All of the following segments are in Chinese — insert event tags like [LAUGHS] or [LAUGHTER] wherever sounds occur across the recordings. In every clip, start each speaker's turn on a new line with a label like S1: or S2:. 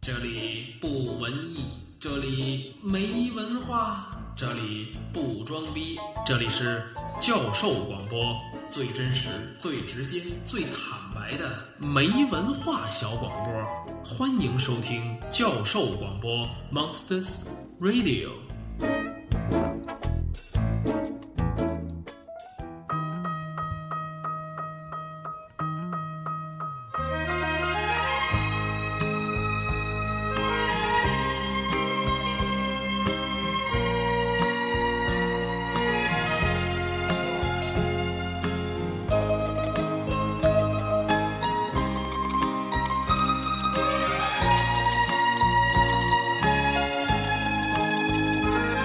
S1: 这里不文艺，这里没文化，这里不装逼，这里是教授广播，最真实、最直接、最坦白的没文化小广播，欢迎收听教授广播 Monsters Radio。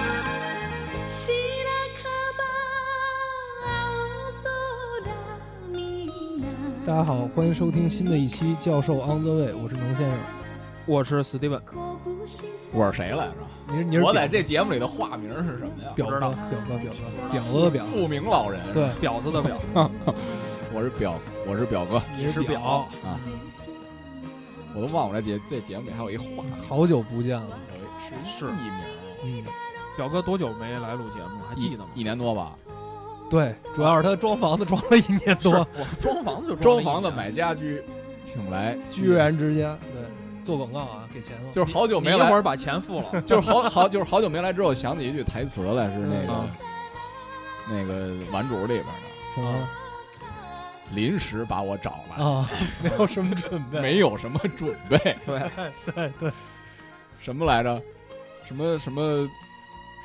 S2: 白樺青空みな
S3: 大家好，欢迎收听新的一期《教授 on the way》，我是能先生。
S4: 我是 Steven，
S5: 我是谁来着？
S3: 你是你是
S5: 我
S3: 表
S5: 在这节目里的化名是什么呀？
S3: 表哥
S4: 知道
S3: 表哥表哥婊子的婊，
S5: 复明老人。
S3: 对，
S4: 婊子的婊，
S5: 我是表，我是表哥，
S3: 你是
S4: 表，
S5: 我都忘我这节这节目里还有一化名，
S3: 好久不见了，
S5: 有一是艺名，
S3: 嗯，
S4: 表哥多久没来录节目？还记得吗？
S5: 一一年多吧。
S3: 对，主要是他装房子装了一年
S4: 是
S3: 多，
S4: 我装房子就
S5: 装
S4: 了一年
S5: 房子买家居，请来，
S3: 居然之间对做广告啊，给钱了，
S5: 就是好久
S4: 你
S5: 没
S4: 一会
S5: 来，
S4: 儿把钱付了，
S5: 就是好好就是好久没来之后想起一句台词来，是那个
S4: 嗯
S5: 那个玩主里边的，
S3: 什么
S5: 临时把我找
S4: 嗯
S5: 来，
S3: 啊， [LAUGHS] 没有什么准备，
S5: 没有什么准备，
S4: 对，
S5: [LAUGHS] 什么来着？什么什么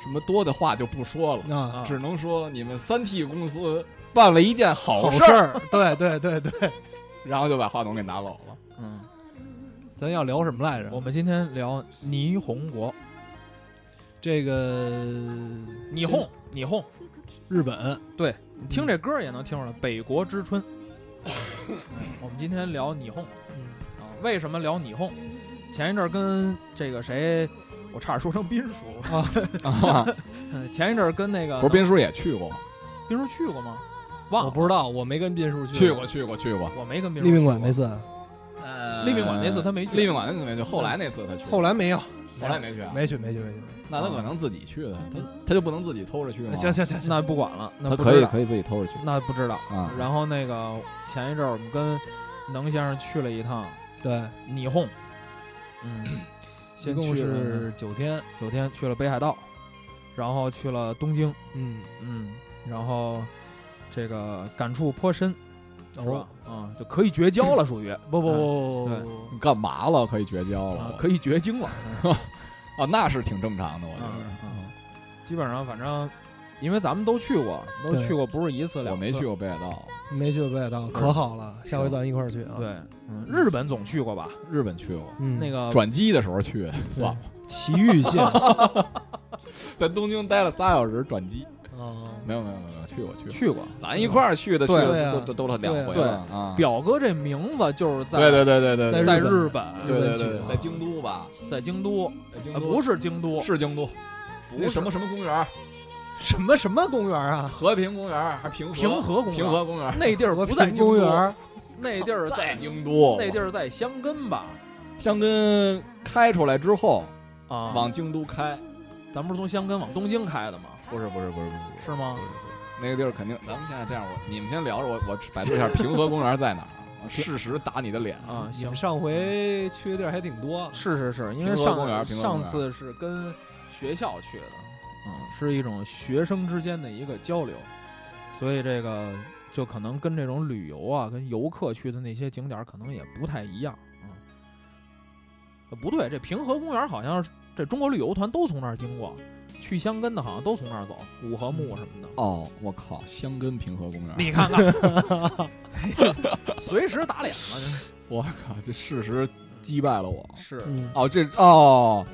S5: 什么多的话就不说了。
S3: 啊，
S5: 只能说你们三 T 公司办了一件好
S3: 好
S5: 事
S3: 事
S5: 儿，
S3: 儿，对对对对，
S5: 然后就把话筒给拿走了。
S4: 嗯，
S3: 咱要聊什么来着？
S4: 我们今天聊霓虹国，
S3: 这个
S4: 霓虹，霓虹，
S3: 日本，
S4: 对，你嗯听这歌也能听出来，北国之
S5: [LAUGHS]
S4: 春。哎我们今天聊霓虹
S3: 嗯
S4: 啊，为什么聊霓虹？前一阵儿跟这个谁，我差点说
S5: [LAUGHS]
S4: 成斌叔， [LAUGHS] 嗯前一阵儿跟那个
S5: 不是斌叔也去过吗？
S4: 斌叔去过吗？忘
S3: 我
S4: 了，
S3: 不知道，我没跟斌叔
S5: 去过，去过，去过。
S4: 我没跟斌叔
S3: 立
S4: 去过。
S3: 命馆那次，
S5: 呃
S4: 立命馆那次他没去啊
S5: 立命馆那次没去，啊后来那次他去，
S3: 后来没有，
S5: 后来没啊去啊。
S3: 没去没去没去。
S5: 那他可能自己去的，他他就不能自己偷着去吗？
S3: 行，行行行，
S4: 那不管了，那
S5: 他
S4: 不
S5: 可
S4: 知
S5: 以
S4: 道
S5: 可以自己偷着去
S4: 那不知道。
S5: 啊。
S4: 然后那个前一阵儿我们跟能先生去了一趟
S3: 对，
S4: 霓虹，嗯，
S3: 一
S4: 先
S3: 共
S4: 去了
S3: 是九天，
S4: 九天，去了北海道，然后去了东京，
S3: 嗯，
S4: 嗯，然后这个感触颇深，是吧
S3: 哦，？
S4: 啊，就可以绝交了，属于啊，
S3: 不不不不不
S5: 你干嘛了？可以绝交了？
S4: 可以绝经了，
S5: 啊，那是挺正常的，我
S3: 哦
S5: 觉
S4: 嗯
S5: 得。
S4: 嗯，基本上反正。因为咱们都去过，都
S3: 对
S4: 去过不是一次两次，
S5: 我没去。过北海道，
S3: 不，没去过北海道，可好了，下回咱一块儿去啊。
S4: 对，，嗯，日本总去过吧？
S5: 日本去过，
S3: 嗯，
S4: 那个
S5: 转机的时候去的，算了，
S3: 奇遇县，
S5: 在东京待了仨小时转机。
S3: 哦，
S5: 没有没有没有没有，去过去过。
S4: 去过，
S5: 咱一块儿去的，去
S4: 对
S3: 对啊
S5: 的都都都了两回
S4: 对
S5: 了啊。
S4: 表哥这名字就是在
S5: 对对对对对，
S4: 在
S3: 在日
S4: 日本，
S5: 对对
S3: 日
S5: 对
S3: 本
S5: 对，
S3: 去
S5: 在京都吧，
S4: 在京都，
S5: 在京
S4: 呃，
S5: 都
S4: 不是京都，
S5: 是京都，
S4: 不
S5: 那
S4: 是
S5: 什么什么公园，
S3: 什么什么公园啊？
S5: 和平公园还是平和
S4: 平和公园
S5: 平和公园，
S4: 那地儿不在
S3: 和
S4: 京
S3: 平
S4: 都
S3: 公园，
S4: 那地儿
S5: [LAUGHS]
S3: [LAUGHS]
S5: 在
S4: 在
S5: 京都，
S4: 那地儿在箱根吧？
S5: 香根开出来之后
S4: 啊，
S5: 往京都开，
S4: 咱不是从箱根往东京开的吗？
S5: 不是不是不是不是
S4: 是吗
S5: 不？是不是那个地儿肯定，咱们现在这样，我你们先聊着，我我百度一下平和公园在哪儿啊，我适时打你的脸啊，
S4: 啊，
S3: 你
S4: 行
S3: 们，上回去的地儿还挺多，
S4: 是是是，因为
S5: 平和公
S4: 上
S5: 园平和公
S4: 上
S5: 园
S4: 次是跟学校去的，嗯，是一种学生之间的一个交流，所以这个就可能跟这种旅游啊，跟游客去的那些景点儿可能也不太一样，嗯，呃不对，这平和公园好像是这中国旅游团都从那儿经过，去箱根的好像都从那儿走，五合目什么的。
S5: 哦，我靠，香根平和公园，
S4: 你看看，
S5: [LAUGHS]
S4: 随时打脸了，真是
S5: 我靠，这事实击败了我。
S4: 是
S3: 嗯，
S5: 哦，这哦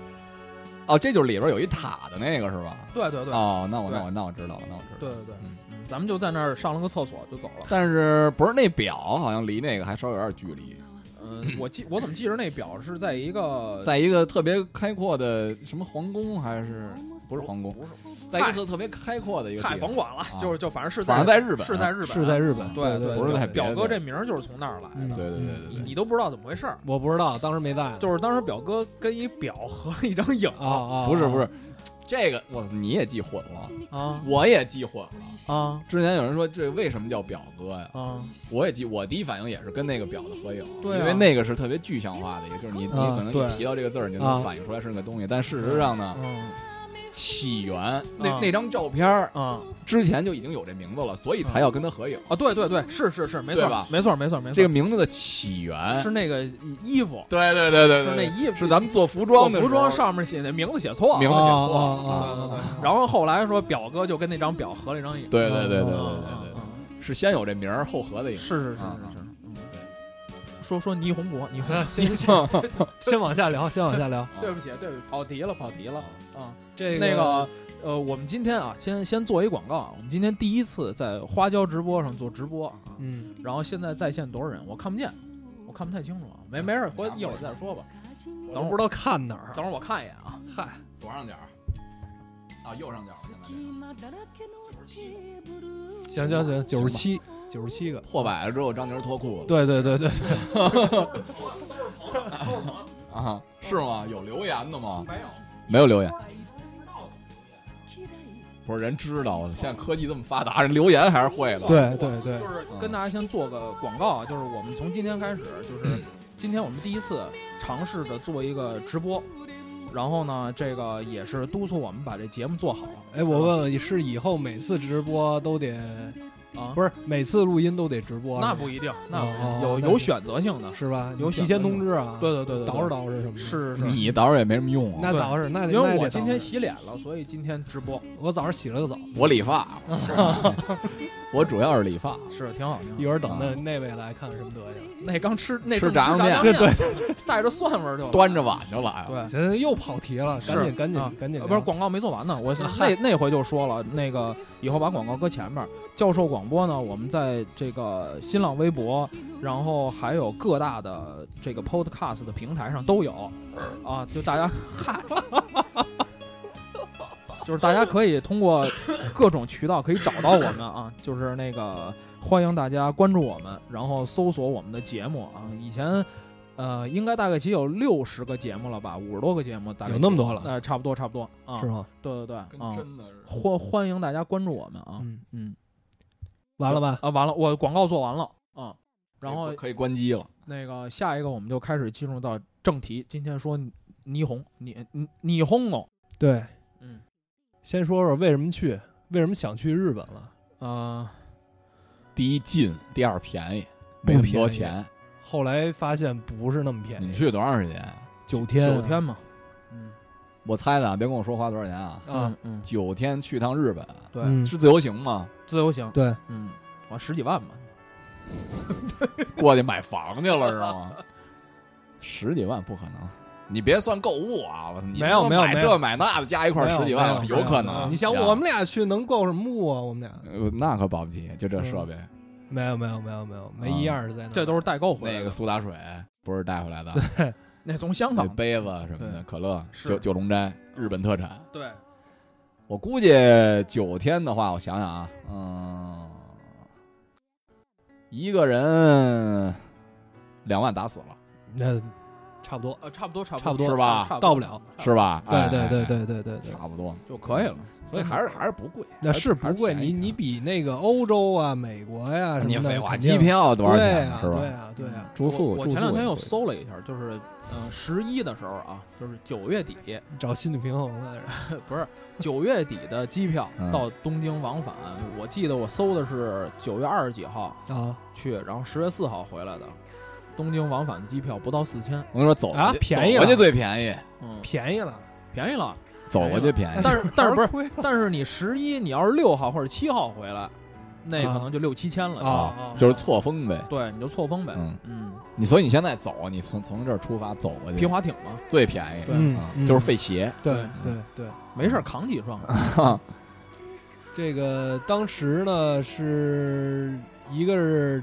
S5: 哦，这就是里边有一塔的那个是吧？
S4: 对对对，
S5: 哦，那我那
S4: 对
S5: 我那我知道了，那我知道了。
S4: 对对对，
S5: 嗯
S4: 嗯咱们就在那儿上了个厕所就走了。 [LAUGHS]
S5: 但是不是那表好像离那个还稍微有点距离，
S4: 嗯，我记我怎么记着那表是在一个
S5: 在一个特别开阔的什么皇宫还是不是皇宫，
S4: 嗯不是，
S5: 在一个特别开阔的一个
S4: 嗨，
S5: 地
S4: 甭
S5: 方，
S4: 管了，就是就啊反正是
S5: 反正
S4: 在
S5: 在日本啊
S4: 是在日本
S3: 是在日本，
S4: 对
S3: 对，
S5: 不是在别的
S4: 表
S5: 地
S4: 哥
S5: 方
S4: 这名儿就是从那儿来
S3: 嗯
S4: 的，
S5: 对对对对
S4: 你
S5: 对
S4: 你都不知道怎么回事儿。
S3: 我不知道，当时没在呢，
S4: 就是当时表哥跟一表合了一张影
S3: 啊
S4: 嗯
S3: 啊，
S4: 哦
S5: 不是不是，这个我你也记混了，
S4: 啊
S5: 我也记混了。
S4: 啊
S5: 之前有人说这为什么叫表哥呀？
S4: 啊！
S5: 我也记，我第一反应也是跟那个表的合影，
S4: 对啊
S5: 因为那个是特别具象化的一个，就是
S3: 啊
S5: 你、你可能
S4: 对
S5: 一提到这个字儿，你就
S3: 啊
S5: 能反映出来是那个东西。但事实上呢，
S4: 嗯
S5: 起源那、
S4: 啊
S5: 那张照片儿
S4: 啊
S5: 之前就已经有这名字了，所以才要跟他合影。
S4: 啊！对对对，是是是，没
S5: 对
S4: 错
S5: 吧
S4: 没错没错没错，
S5: 这个名字的起源
S4: 是那个衣服，
S5: 对对对对
S4: 是那
S5: 对，
S4: 衣服，
S5: 是咱们做服
S4: 做
S5: 装的
S4: 服装
S5: 时候
S4: 上面写那名字写错了，
S5: 名字写错了
S3: 啊啊啊啊
S4: 然后后来说表哥就跟那张表合了一张影，
S5: 对对对对对
S4: 嗯，
S5: 对对
S4: 嗯嗯
S5: 对，是先有这名儿后合的影。
S4: 是是是
S5: 啊
S4: 是是，嗯说说霓虹国，霓
S5: [LAUGHS]
S4: 虹
S3: 啊，行行，先往下聊，先往下聊。
S4: 对不起，对不起，跑题了，跑题了啊！
S3: 这
S4: 那个，呃，我们今天啊，先先做一广告啊，我们今天第一次在花椒直播上做直播啊，
S3: 嗯，
S4: 然后现在在线多少人？我看不见，我看不太清楚啊，没没事，回一会儿再说吧，
S3: 我
S4: 等
S3: 都
S4: 会
S3: 不
S4: 儿
S3: 知道看哪儿。
S4: 等会儿我看一眼啊。
S3: 嗨，
S5: 左上角儿啊，右上角儿现在这
S3: 行行
S5: 个
S3: 行，九十七，九十七个。
S5: 破百了之后，张宁脱裤子
S3: 对对对对，
S5: 啊，是吗？有留言的吗？
S4: 没有，
S5: 没有留言，不是人知道，现在科技这么发达，人留言还是会的。
S3: 对对对
S4: 就是跟大家先做个广告啊，就是我们从今天开始，就是今天我们第一次尝试着做一个直播，然后呢，这个也是督促我们把这节目做好
S3: 哎，我问问你，是以后每次直播都得，
S4: 啊。
S3: 不是每次录音都得直播？
S4: 那不一定，那不一定
S3: 哦
S4: 有
S3: 那
S4: 有
S3: 是
S4: 选择性的。
S3: 是吧？
S4: 有
S3: 提
S4: 选择
S3: 前通知啊，
S4: 对对对对，对
S3: 捯饬捯饬什么的。，
S4: 是是，
S5: 你倒是也没什么用啊。
S3: 那倒是，嗯那得
S4: 因
S3: 那
S4: 为
S3: 得
S4: 我今
S3: 捯
S4: 天
S3: 饬
S4: 洗脸了，所以今天直播
S3: 我早上洗了个澡，
S5: 我理 [LAUGHS] 发，我主要是理发。
S4: 是挺好。挺好
S3: 一会儿等
S4: 啊
S3: 那那位来看看什么德行。
S4: 那刚吃那
S5: 吃
S4: 正
S5: 炸
S4: 酱
S5: 酱面
S4: 面，对，带着蒜味儿就
S5: 端着碗就来了。
S4: 对。
S3: 行，又跑题了，赶紧赶
S4: 啊
S3: 紧赶紧聊，
S4: 呃不是广告没做完呢，我是
S3: 啊
S4: 那那回就说了，那个以后把广告搁前面。教授广播呢，我们在这个新浪微博，然后还有各大的这个 podcast 的平台上都有，啊，就大家嗨，就是大家可以通过各种渠道可以找到我们啊，就是那个欢迎大家关注我们，然后搜索我们的节目啊，以前。呃，应该大概其有六十个节目了吧，五十多个节目，大概
S3: 有
S4: 其
S3: 那么多了
S4: 呃，差不多，差不多啊，
S3: 是吗？
S4: 对对对，啊
S5: 跟，真的是
S4: 欢欢迎大家关注我们啊，
S3: 嗯，
S4: 嗯，
S3: 完了吧？
S4: 啊，完了，我广告做完了啊，然后
S5: 可以关机了。
S4: 那个下一个我们就开始进入到正题，今天说霓虹，你你你红哦，
S3: 对，
S4: 嗯，
S3: 先说说为什么去，为什么想去日本了。
S4: 呃，
S5: 第一近，第二便宜，没那么多钱。
S3: 后来发现不是那么便
S5: 你们
S3: 宜，
S5: 去多长时间？
S3: 九天啊
S4: 九天嘛，嗯
S5: 我猜的啊，别跟我说花多少钱啊。
S3: 啊，
S4: 嗯嗯，
S5: 九天去趟日本，
S4: 对，
S3: 嗯
S5: 是自由行吗？
S4: 自由行，
S3: 对，
S4: 嗯，我十几万吧，
S5: [LAUGHS] 过去买房去了是吗？十几万不可能，你别算购物啊！我操，你
S3: 没有
S5: 他妈
S3: 没有
S5: 买
S3: 没
S5: 这
S3: 有
S5: 买那的加一块儿十几万，
S3: 没
S5: 有可能。
S3: 你想
S5: 呀
S3: 哦我们俩去能购什么物啊？我们俩
S5: 呃那可保不齐，就
S3: 嗯
S5: 这设备，
S3: 没有没有没有没有没
S5: 啊
S3: 一样是在那儿，
S4: 这都是代购回来
S5: 那
S4: 的，
S5: 个苏打水不是带
S3: [LAUGHS]
S5: 回来的，
S4: 那从香
S5: 那
S4: 港，
S5: 杯子什么的，可乐，
S4: 是
S5: 九九龙
S3: 嗯
S5: 斋，日本特产。
S4: 对，
S5: 我估计九天的话，我想想啊，嗯，一个人两万打死了，
S3: 那差不多
S4: 呃，差不多，差
S3: 差不多
S5: 是吧
S3: 到不了，
S5: 是吧？
S3: 对
S5: 哎
S3: 对对，
S5: 哎
S3: 对对对对
S5: 哎，差不多。
S4: 就可以了，
S5: 所以还是还是不贵，
S3: 嗯那是不贵，
S5: 还是
S3: 你你比那个欧洲啊、美国呀什
S5: 你
S3: 么的，
S5: 废话，
S3: 肯定
S5: 机票多少
S3: 对
S5: 钱
S3: 啊
S5: 是
S3: 对
S5: 吧？
S3: 啊对啊，
S5: 住宿
S4: 我我
S5: 住
S4: 前两
S5: 宿
S4: 天
S5: 也
S4: 又
S5: 贵
S4: 搜了一下，就是嗯十一的时候啊，就是九月底，
S3: 找心理平衡了。
S4: 不是九月底的机票
S5: 嗯
S4: 到东京往返，我记得我搜的是九月二十几号
S3: 啊
S4: 去，然后十月四号回来的，东京往返的机票不到四千，
S5: 我跟你说，走
S3: 啊
S5: 过去
S3: 便宜
S5: 走过
S3: 了
S5: 去最便宜，
S4: 嗯，
S3: 便宜了，
S4: 便宜了。
S5: 走过去便宜。
S4: 但是但是不是？
S3: 是
S4: 但是你十一你要是六号或者七号回来，那可能就六七千了
S3: 啊啊，
S5: 就是错峰呗，
S4: 对，你就错峰呗。
S5: 嗯
S4: 嗯，
S5: 你所以你现在走，你从从这儿出发走过
S4: 皮
S5: 去
S4: 划艇嘛，
S5: 最便宜，
S3: 嗯
S5: 啊
S3: 嗯
S5: 就是费嗯鞋，
S3: 对对对。
S4: 没事儿扛几双。
S5: 嗯
S3: 这个当时呢是一个是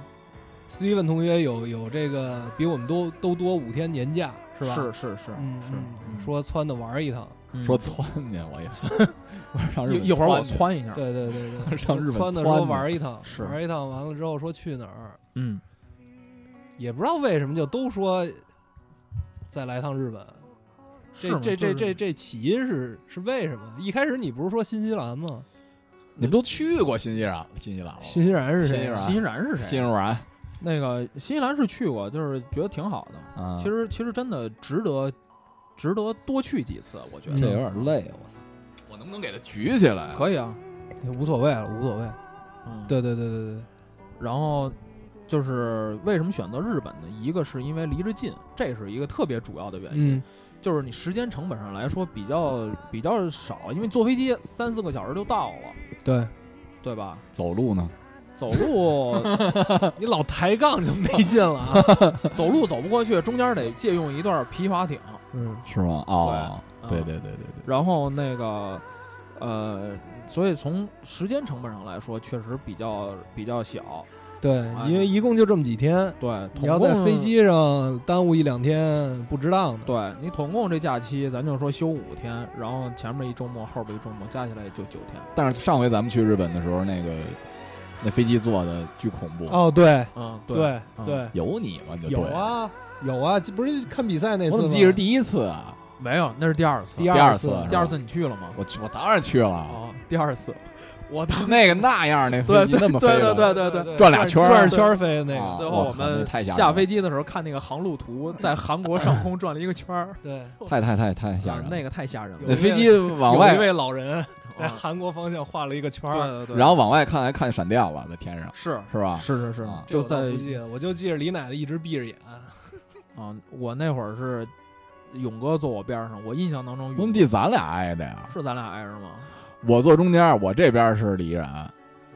S3: 斯蒂文同学有有这个比我们都都多五天年假是吧？
S4: 是是是
S3: 嗯，
S4: 是
S3: 嗯
S4: 嗯
S3: 说撺掇玩一趟，
S4: 嗯
S5: 说窜去，我一
S3: [LAUGHS]
S5: 我上日
S4: 一
S5: 本
S4: 一会儿我
S5: 窜去
S4: 窜一下，
S3: 对对对
S4: [LAUGHS]
S3: 对，
S5: 上日本
S3: 窜的时
S5: 窜
S3: 候
S5: 的
S3: 玩一趟，
S4: 是
S3: 玩一趟，完了之后说去哪儿，
S4: 嗯，
S3: 也不知道为什么就都说再来趟日本。
S4: 是
S3: 这
S4: 吗
S3: 这这
S4: 就
S3: 这
S4: 是
S3: 这起因是是为什么？一开始你不是说新西兰
S4: 哦
S3: 吗？
S5: 你们都去过新西兰新西兰了吗？
S3: 新西兰是
S5: 新西
S3: 谁？啊
S5: 兰
S4: 新西兰是谁？
S5: 新西兰
S4: 那个新西兰是去过，就是觉得挺好的。
S5: 啊，
S4: 其实其实真的值得，值得多去几次，我觉
S3: 这
S4: 得
S3: 有
S5: 点累，我操！我能不能给它举起来？
S4: 可以啊。
S3: 无所谓了，无所谓。
S4: 嗯，。
S3: 对对对对对，
S4: 然后就是为什么选择日本呢？一个是因为离着近，这是一个特别主要的原因。
S3: 嗯，
S4: 就是你时间成本上来说比较比较少，因为坐飞机三四个小时就到了， [LAUGHS]
S3: 对
S4: 对吧？
S5: 走路呢？
S4: 走
S3: [LAUGHS]
S4: 路
S3: 你老抬杠就没劲了
S4: [LAUGHS]
S3: 啊。
S4: 走路走不过去，中间得借用一段皮划艇。
S3: 嗯，
S5: 是吗？哦，对
S4: 对嗯
S5: 对对对对，
S4: 然后那个，呃，所以从时间成本上来说，确实比较比较小。
S3: 对，因为一共就这么几天，
S4: 对，
S3: 你要在
S4: 哎总共
S3: 飞，机上耽误一两天不值当的。
S4: 对你总共这假期，咱就说休五天，然后前面一周末，后边一周末，加起来也就九天。
S5: 但是上回咱们去日本的时候，那个那飞机坐的巨恐怖，
S3: 哦，对
S4: 嗯，对，
S3: 对
S4: 嗯
S3: 对，
S5: 有你吗？就
S3: 有
S5: 对了，
S3: 啊有啊，不是看比赛那
S5: 我
S3: 次
S5: 怎么
S3: 吗
S5: 记着第一次啊？
S4: 没有，那是第二次，嗯
S3: 第
S5: 二第
S3: 次
S5: 次
S4: 第二次你去了吗？
S5: 我去，我当然去了。
S4: 哦，第二次， [LAUGHS] 我当
S5: 那个那样，那飞
S4: 对
S5: 机
S4: 对
S5: 那么飞
S4: 对
S5: 的，
S4: 对
S3: 对
S4: 对对对。
S5: 转俩圈儿
S3: 转着圈儿飞的那
S5: 啊
S3: 个。
S4: 最后
S5: 我
S4: 我
S5: 靠那
S4: 们
S5: 太吓人
S4: 下
S5: 了
S4: 飞机的时候看那个航路图，在韩国上空转了一个圈儿，
S3: 对，
S5: 太太太 [LAUGHS] 太吓
S4: 啊
S5: 人了。
S4: 那个太吓人
S5: 那
S4: 了
S3: 有。
S5: 飞机往
S3: 有
S5: 外
S3: 一，位老人在
S4: 啊
S3: 韩国方向画了一个圈
S4: 对
S3: 儿，
S4: 对对，
S5: 然后往外看还看闪电了，在天上
S4: 是
S5: 是吧？
S4: 是是是
S5: 啊，
S3: 这
S4: 就
S3: 我倒
S4: 在
S3: 不记得，我就记着李奶奶一直闭着眼。
S4: 啊，我那会儿是勇哥坐我边上，我印象当中
S5: 兄
S4: 勇
S5: 弟，咱俩挨的呀！
S4: 是咱俩挨着吗？
S5: 我坐中间，我这边是李依然。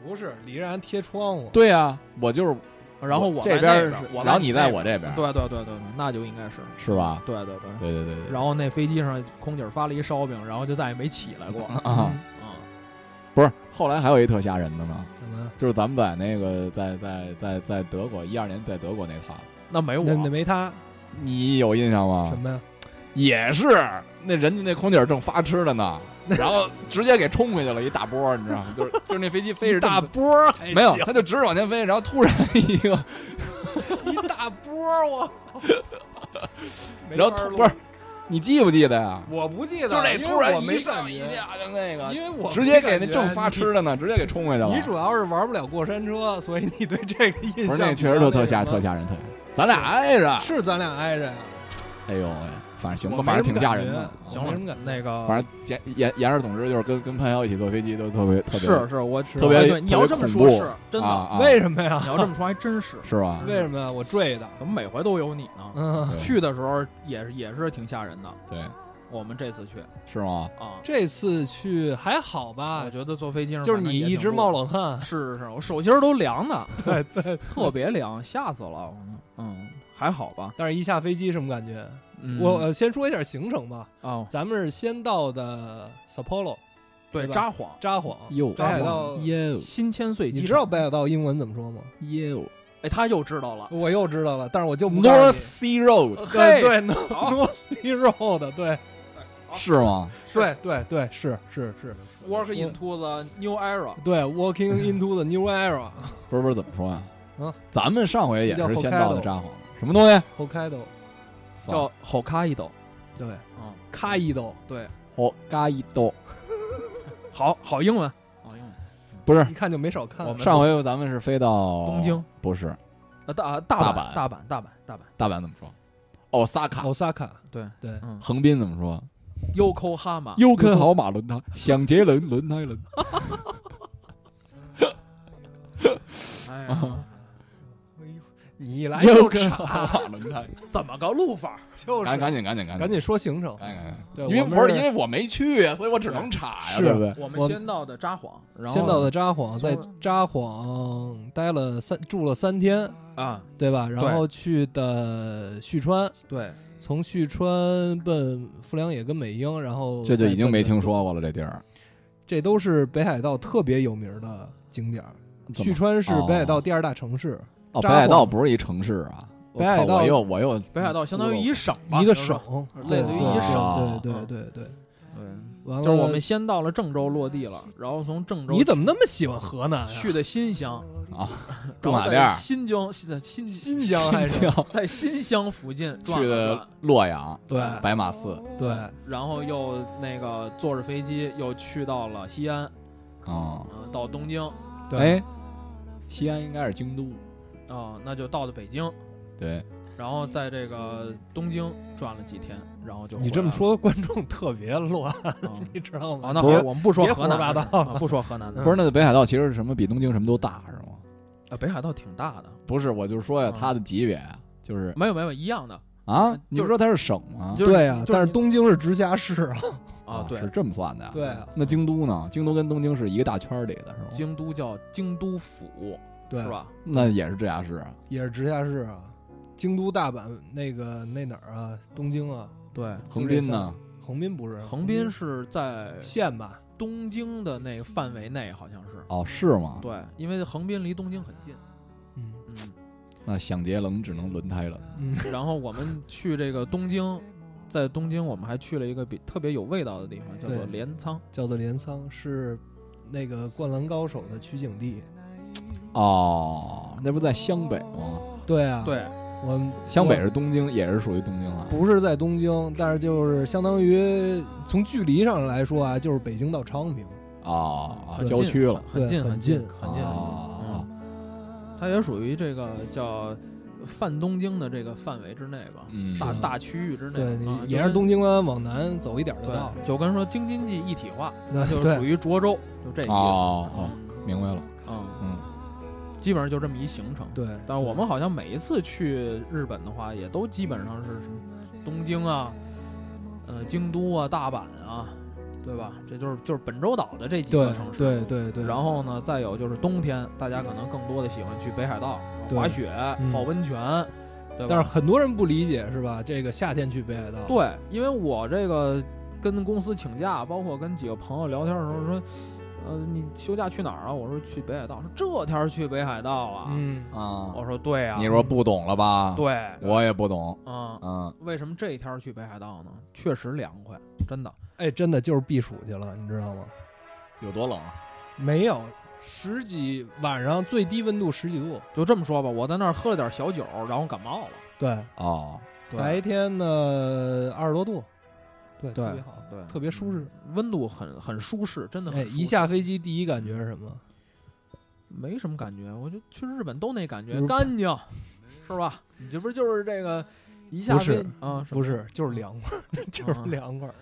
S3: 不是，李然贴窗户。
S5: 对呀，我就是
S4: 然后我
S5: 这
S4: 在
S5: 边
S4: 那
S5: 儿是
S4: 边，我
S5: 然后
S4: 在
S5: 你在我这边，
S4: 对对对对对，那就应该是，
S5: 是吧？
S4: 对对对。
S5: 对对对对。
S4: 然后那飞机上空姐发了一烧饼，然后就再也没起来过
S5: 啊，
S3: 嗯
S4: 啊。
S5: 不是，后来还有一特吓人的呢，
S3: 什么？
S5: 就是咱们在那个在在在在德国一二年在德国那趟，
S4: 那没我
S3: 那那没他
S5: 你有印象
S3: 什
S5: 吗？
S3: 么呀？
S5: 也是，那人家那空姐正发吃
S3: [LAUGHS]
S5: 的呢，然后直接给冲回去了，一大波，你知道吗？就是就是那飞机飞着这么
S3: 大波儿还
S5: 没有，
S3: 行
S5: 他就直着往前飞，然后突然一个，
S3: 一大波儿，我
S5: [LAUGHS]
S3: 操没
S5: 然后
S3: 法
S5: 突
S3: 录
S5: 不是，你记不记得呀？
S3: 我不记得，
S5: 就是那
S3: 因为
S5: 突然
S3: 我
S5: 一
S3: 没
S5: 上
S3: 感
S5: 一
S3: 觉，
S5: 下就那个
S3: 因，为我
S5: 直
S3: 没
S5: 接给
S3: 感
S5: 那
S3: 觉
S5: 正发吃的呢，直接给冲回去了。
S3: 你。你主要是玩不了过山车，所以你对这个印象
S5: 不是那个
S3: 比
S5: 确实
S3: 较
S5: 特特吓
S3: 什么
S5: 特。吓人特吓人，咱俩挨着，
S3: 是咱俩挨着呀，
S5: 哎呦喂，反正行
S3: 我
S5: 吧，
S3: 没
S5: 反正
S3: 什么
S5: 挺吓
S3: 感
S5: 人
S3: 觉
S5: 的。
S3: 我没
S4: 行了呃
S3: 什么感，觉
S4: 那个
S5: 反正言言言而总之就是跟跟潘瑶一起坐飞机都特别特别
S4: 是是，我
S5: 特别
S4: 哎对，你要这么说，
S5: 特别
S4: 是
S5: 恐
S4: 真
S5: 啊
S4: 的。
S5: 啊
S3: 为什么呀
S4: [LAUGHS] 你？要这么说，还真是。
S5: 是吧？
S3: 为什么呀？我坠的，
S4: 怎么每回都有你呢？
S3: 嗯，
S5: 对
S4: 去的时候也是也是挺吓人的。
S5: 对，
S4: 我们这次去
S5: 是吗？
S4: 啊，
S3: 这次去还好吧
S4: 我？觉得坐飞机上
S3: 哎就是
S4: 反正
S3: 你
S4: 也
S3: 一
S4: 挺
S3: 直
S4: 不
S3: 冒。冷汗，
S5: [LAUGHS]
S4: 是是是，我手心儿都凉的，
S3: 对对，
S4: [LAUGHS] 特别凉，吓死了。嗯，还好吧。
S3: 但是一下飞机什么感觉？
S4: 嗯
S3: 我呃先说一下行程吧，
S4: 哦，
S3: 咱们是先到的 Sapporo
S4: 对，
S3: 对吧
S4: 札幌
S3: 札幌，
S5: 哟，哎
S3: 北海道
S5: 耶
S4: 新千岁机
S3: 你
S4: 场，
S3: 知道北海道英文怎么说吗？
S5: 耶
S4: 哎，他又知道了。
S3: 我又知道了，但是我就不告诉你
S5: ，North Sea Road
S3: 对
S4: 嘿，
S3: 对
S4: 好
S3: North Sea Road，对
S5: 是吗？
S3: 对对对，是是是，
S4: ，Work into the new era。
S3: 对 Walking into the New Era
S5: 不是不是，怎么说呀？
S4: 嗯
S3: 啊，
S5: 咱们上回也
S3: 叫
S5: 是
S3: Hokkaido
S5: 先到的札幌，什么东西？
S3: Hokkaido，
S4: 叫 Hokkaido。
S3: 对
S5: 哦
S4: 嗯，
S3: Kaido，
S4: 对，
S5: 好嘎一兜，
S4: 好好英文，好英文。
S5: 不是
S3: 一看就没少看
S4: 我。们
S5: 上回咱们是飞到
S4: 东
S3: 哦
S4: 京，
S5: 不是
S4: 呃，大
S5: 大
S4: 大
S5: 阪
S4: 大阪，大阪，大阪。
S5: 大阪怎么说？哦，萨卡，
S3: Osaka，
S4: 对
S3: 对
S4: 嗯
S5: 横滨怎么说？
S4: ，Yokohama。
S5: 优肯豪马轮胎，响杰轮轮胎轮。
S4: 哎呀，
S3: 你一来
S4: 哎
S5: 优
S3: 就
S5: 肯
S3: 岔，
S5: 豪马轮胎，
S4: 怎么个录法？
S3: 就是
S5: 赶赶紧赶紧赶紧
S3: 赶紧说行程，
S5: 赶紧赶紧。
S3: 对，
S5: 因为
S3: 我
S5: 不
S3: 们
S5: 是因为呃我没去呀，所以我只能查呀，
S3: 是
S5: 对不对？
S4: 我们
S3: 我
S4: 先到的札幌，然后
S3: 先到的札幌，在
S4: 从
S3: 札幌待了三住了三天，
S4: 啊，
S3: 对吧？然
S4: 对
S3: 后去的旭川，
S4: 对，
S3: 从旭川奔富良野跟美瑛，然后
S5: 这就
S3: 再
S5: 已经
S3: 奔
S5: 没
S3: 的
S5: 听，说过了，这地儿。
S3: 这都是北海道特别有名的景点儿。
S5: 怎么
S3: 旭川是北海道第二大城市，
S5: 哦，北
S3: 札
S5: 海道
S3: 幌
S5: 不是一城市啊，我
S3: 北海
S5: 靠
S3: 道
S5: 我又我又
S4: 北海道相当于一省吧，
S3: 一个
S4: 就是
S3: 省，
S4: 类似于一
S3: 对
S4: 省
S5: 啊
S3: 对对对对对，
S4: 对，
S3: 完了，
S4: 就是我们先到了郑州落地了，然后从郑州
S3: 你怎么那啊么喜欢河南、啊？
S4: 去的新乡， [LAUGHS]
S5: 驻
S4: 然后
S5: 马店
S4: 在
S5: 儿
S4: 新疆新新
S3: 新疆还是
S5: 新疆
S4: 在新乡附近转
S5: 去
S4: 了
S5: 的
S4: 转，
S5: 洛阳、
S3: 对
S5: 白马寺
S3: 对，
S4: 然后又那个坐着飞机又去到了西安，
S5: 啊。
S4: 呃，到东京，啊、
S3: 对
S5: 哎，西安应该是京都，
S4: 啊
S5: 嗯
S4: 那就到的北京，
S5: 对，
S4: 然后在这个东京转了几天，然后就
S3: 你这么
S4: 回
S3: 说，观众特别乱， [LAUGHS]
S4: 来了。嗯
S3: 你知道吗？
S4: 啊，那
S5: 不
S4: [LAUGHS] 好
S5: 是，
S4: 我们不说
S3: 别
S4: 河南
S3: 胡说八
S4: 的
S3: 道
S4: 事儿，啊不说河南的
S3: 嗯
S5: 不是那个北海道其实是什么比东京什么都大是吗？
S4: 事儿，啊北海道挺大的，
S5: 不是，我就说呀，
S4: 嗯
S5: 它的级别啊就是
S4: 没有没有一样的
S5: 啊
S4: 就是，
S5: 你不说它是省吗？
S4: 就是
S3: 对呀、啊
S4: 就是
S3: 但是
S4: 你
S3: 东京是直辖市啊，
S4: 啊，对
S5: 是，这么算的呀。
S3: 对啊
S5: 那京都呢？京都跟东京是一个大圈儿里的是吗？
S4: 京都叫京都府
S3: 对，啊
S4: 是？吧？
S5: 那也是直辖市啊。
S3: 也是直辖市啊，京都、大阪那个那哪儿啊，东京啊，
S4: 对，
S5: 横滨呢？
S3: 横滨不是？
S4: 横滨是在
S3: 县吧？
S4: 东京的那个范围内，好像是
S5: 哦，是吗？
S4: 对，因为横滨离东京很近，
S3: 嗯
S4: 嗯。
S5: 那想节能只能轮胎了。
S3: 嗯， [LAUGHS]
S4: 然后我们去这个东京，在东京我们还去了一个比特别有味道的地方，叫
S3: 对
S4: 做镰仓。
S3: 叫做镰仓，是那个《灌篮高手》的取景地。
S5: 哦，那不在湘北吗？
S3: 对啊，
S4: 对，
S3: 我们
S5: 湘北
S3: 我
S5: 是东京，也是属于东京啊。
S3: 不是在东京，但是就是相当于从距离上来说啊，就是北京到昌平。
S5: 哦，
S4: 很
S5: 郊
S4: 近
S5: 区了。
S4: 很近
S3: 对很
S4: 近
S3: 近
S4: 很近很近。
S5: 哦，
S4: 它也属于这个叫泛东京的这个范围之内吧，
S5: 嗯，
S4: 大
S3: 是
S4: 大区域之内。
S3: 对，
S4: 啊
S3: 你
S4: 就
S3: 沿着
S4: 跟
S3: 东京湾往南走一点就到了。
S4: 对，就跟说京津冀一体
S3: [LAUGHS]
S4: 化，
S3: 那
S4: 就是属
S3: 对
S4: 于涿州，就这意思。啊
S5: 哦哦，明白了。
S4: 嗯，
S5: 嗯，
S4: 基本上就这么一行程。
S3: 对，
S4: 但是我们好像每一次去日本的话，也都基本上是什么东京啊、呃京都啊、大阪啊，对吧？这就是就是本州岛的这几
S3: 对
S4: 个城市。
S3: 对对对，
S4: 然后呢，再有就是冬天，大家可能更多的喜欢去北海道
S3: 对
S4: 滑雪、
S3: 嗯
S4: 泡温泉，对吧？
S3: 但是很多人不理解是吧？这个夏天去北海道，
S4: 对，因为我这个跟公司请假，包括跟几个朋友聊天的时候说，呃，你休假去哪儿啊？我说去北海道。说这天儿去北海道啊？
S3: 嗯，
S5: 啊
S4: 我，说对啊。
S5: 你说不懂了吧？，
S4: 对，
S5: 我也不懂。
S4: 嗯，
S5: 嗯，
S4: 为什么这一天儿去北海道呢？确实凉快，真的。
S3: 哎，真的就是避暑去了，你知道吗？
S5: 有多冷？
S4: 啊
S3: 没有十几，晚上最低温度十几度，
S4: 就这么说吧，我在那儿喝了点小酒，然后感冒了。
S3: 对，
S5: 哦，
S4: 对
S3: 白天呢二十多度，对，
S4: 对
S3: 特别好，
S4: 对嗯
S3: 特别舒适。
S4: 温度很很舒适，真的很
S3: 哎，
S4: 舒适、
S3: 一下飞机第一感觉是什么？
S4: 没什么感觉，我就去日本都那感觉
S3: 日，本
S4: 干净，是吧？你这不是就是这个一下
S3: 不是
S4: 飞啊？什么
S3: 不是，就是凉快儿， [LAUGHS] 就是
S4: 啊
S3: 凉快儿。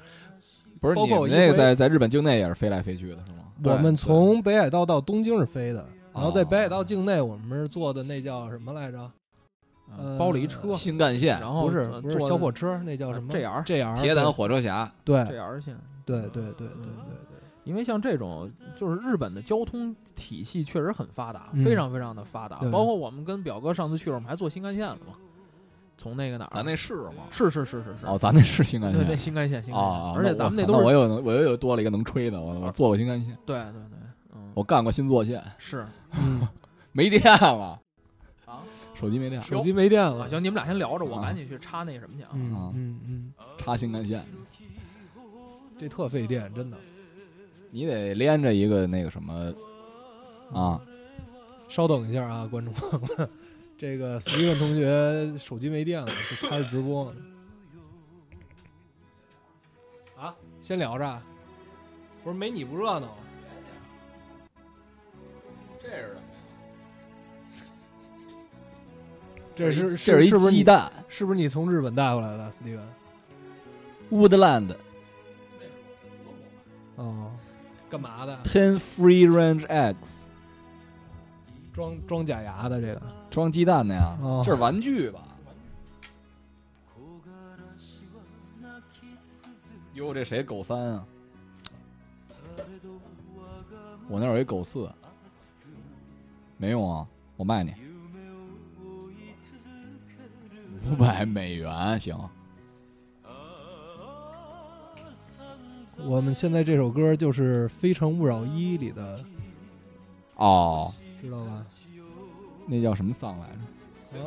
S5: 不是
S3: 包
S5: 你
S3: 括我
S5: 们
S3: 一
S5: 那个
S3: 回
S5: 在在日本境内也是飞来飞去的是吗？
S4: 对
S3: 我们从北海道到东京是飞的，然后在
S5: 哦
S3: 北海道境内，我们是坐的那叫什么来着？
S4: 嗯包了一车
S3: 呃，
S5: 新干线、
S4: 然后
S3: 不是
S4: 呃
S3: 不是
S4: 坐
S3: 小火车，那叫
S4: 呃
S3: 什么哎
S4: JR
S3: JR
S5: 铁胆火车侠，
S3: 对
S4: JR 线，
S3: 对对对对对
S4: 因为像这种就是日本的交通体系确实很发达，
S3: 嗯
S4: 非常非常的发达。
S3: 对
S4: 包括我们跟表哥上次去了，我们还坐新干线了嘛，从那个哪儿？
S5: 咱那是吗？
S4: 是是是是是，
S5: 哦，咱那是新干
S4: 对对，
S5: 线。
S4: 新干线新
S5: 哦
S4: 干
S5: 哦
S4: 线，，而且
S5: 那
S4: 咱们
S5: 我
S4: 那
S5: 操
S4: 都
S5: 我
S4: 是
S5: 又能我又又多了一个能吹的，我我坐过新干线，
S4: 对对对，嗯，
S5: 我干过新坐线，
S4: 是 [LAUGHS]
S3: 嗯，
S5: 没电了，
S4: 啊，
S5: 手机没电，
S3: 手机没电
S4: 啊
S3: 了，
S4: 行，你们俩先聊着，我
S3: 哦
S5: 啊
S4: 赶紧去插那什么去啊。
S3: 嗯嗯嗯，
S5: 插新干线，
S3: 这特费电，真的。
S5: 你得连着一个那个什么啊，
S3: 稍等一下啊，观众朋友们，这个 Steven 同学手机没电了，就开始直播呢。啊，先聊着啊，不是没你不热闹。啊这
S5: 这是
S3: 是
S5: 这是
S3: 是不
S5: 一
S3: 是
S5: 鸡
S3: 你
S5: 蛋
S3: 是不是你从日本带回来的，Steven？
S5: ，Woodland
S3: 哦，干嘛的？
S5: Ten Free Range Eggs，
S3: 装装假牙的这个？
S5: 装鸡蛋的呀
S3: 哦，
S5: 这是玩具吧？哟，这谁狗三啊？我那儿有一狗四，没用啊，我卖你五百美元，行，
S3: 我们现在这首歌就是《非诚勿扰一》里的，
S5: 哦，
S3: 知道吧？
S5: 那叫什么桑来着？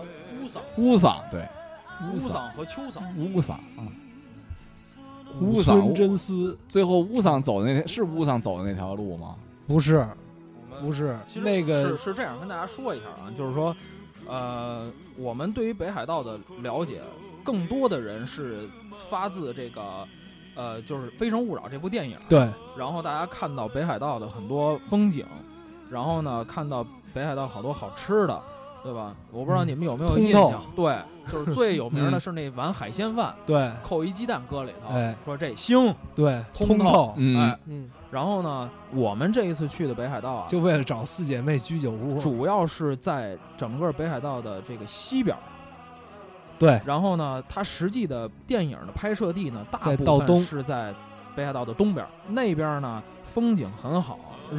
S4: 乌桑、
S5: 乌桑，对，
S4: 乌桑和秋桑，
S5: 乌桑啊，乌桑
S3: 村真丝
S5: 最后乌桑走的那条是乌桑走的那条路吗？
S3: 不是
S4: 我们
S3: 嗯不是
S4: 呃其实
S3: 那
S4: 是
S3: 个
S4: 是这样跟大家说一下啊，就是说，呃，我们对于北海道的了解，更多的人是发自这个，呃，就是《非诚勿扰》这部电影，
S3: 对
S4: 然后大家看到北海道的很多风景，然后呢，看到北海道好多好吃的，对吧？我不知道你们有没有
S3: 通
S4: 印
S3: 透
S4: 象，对，就是最有名的
S5: 嗯
S4: 是那碗海鲜
S3: [LAUGHS]
S4: 饭，
S3: 对
S4: 扣一鸡蛋搁里头，
S3: 哎
S4: 说这腥，
S3: 对
S4: 通
S3: 通
S4: 透
S3: 透，
S4: 哎，
S3: 嗯，
S4: 然后呢，我们这一次去的北海道啊，
S3: 就为了找四姐妹居酒屋，
S4: 主要是在整个北海道的这个西边儿，
S3: 对
S4: 然后呢，它实际的电影的拍摄地呢，大
S3: 在
S4: 部
S3: 道
S4: 分
S3: 东
S4: 是在北海道的东边儿，那边儿呢风景很好，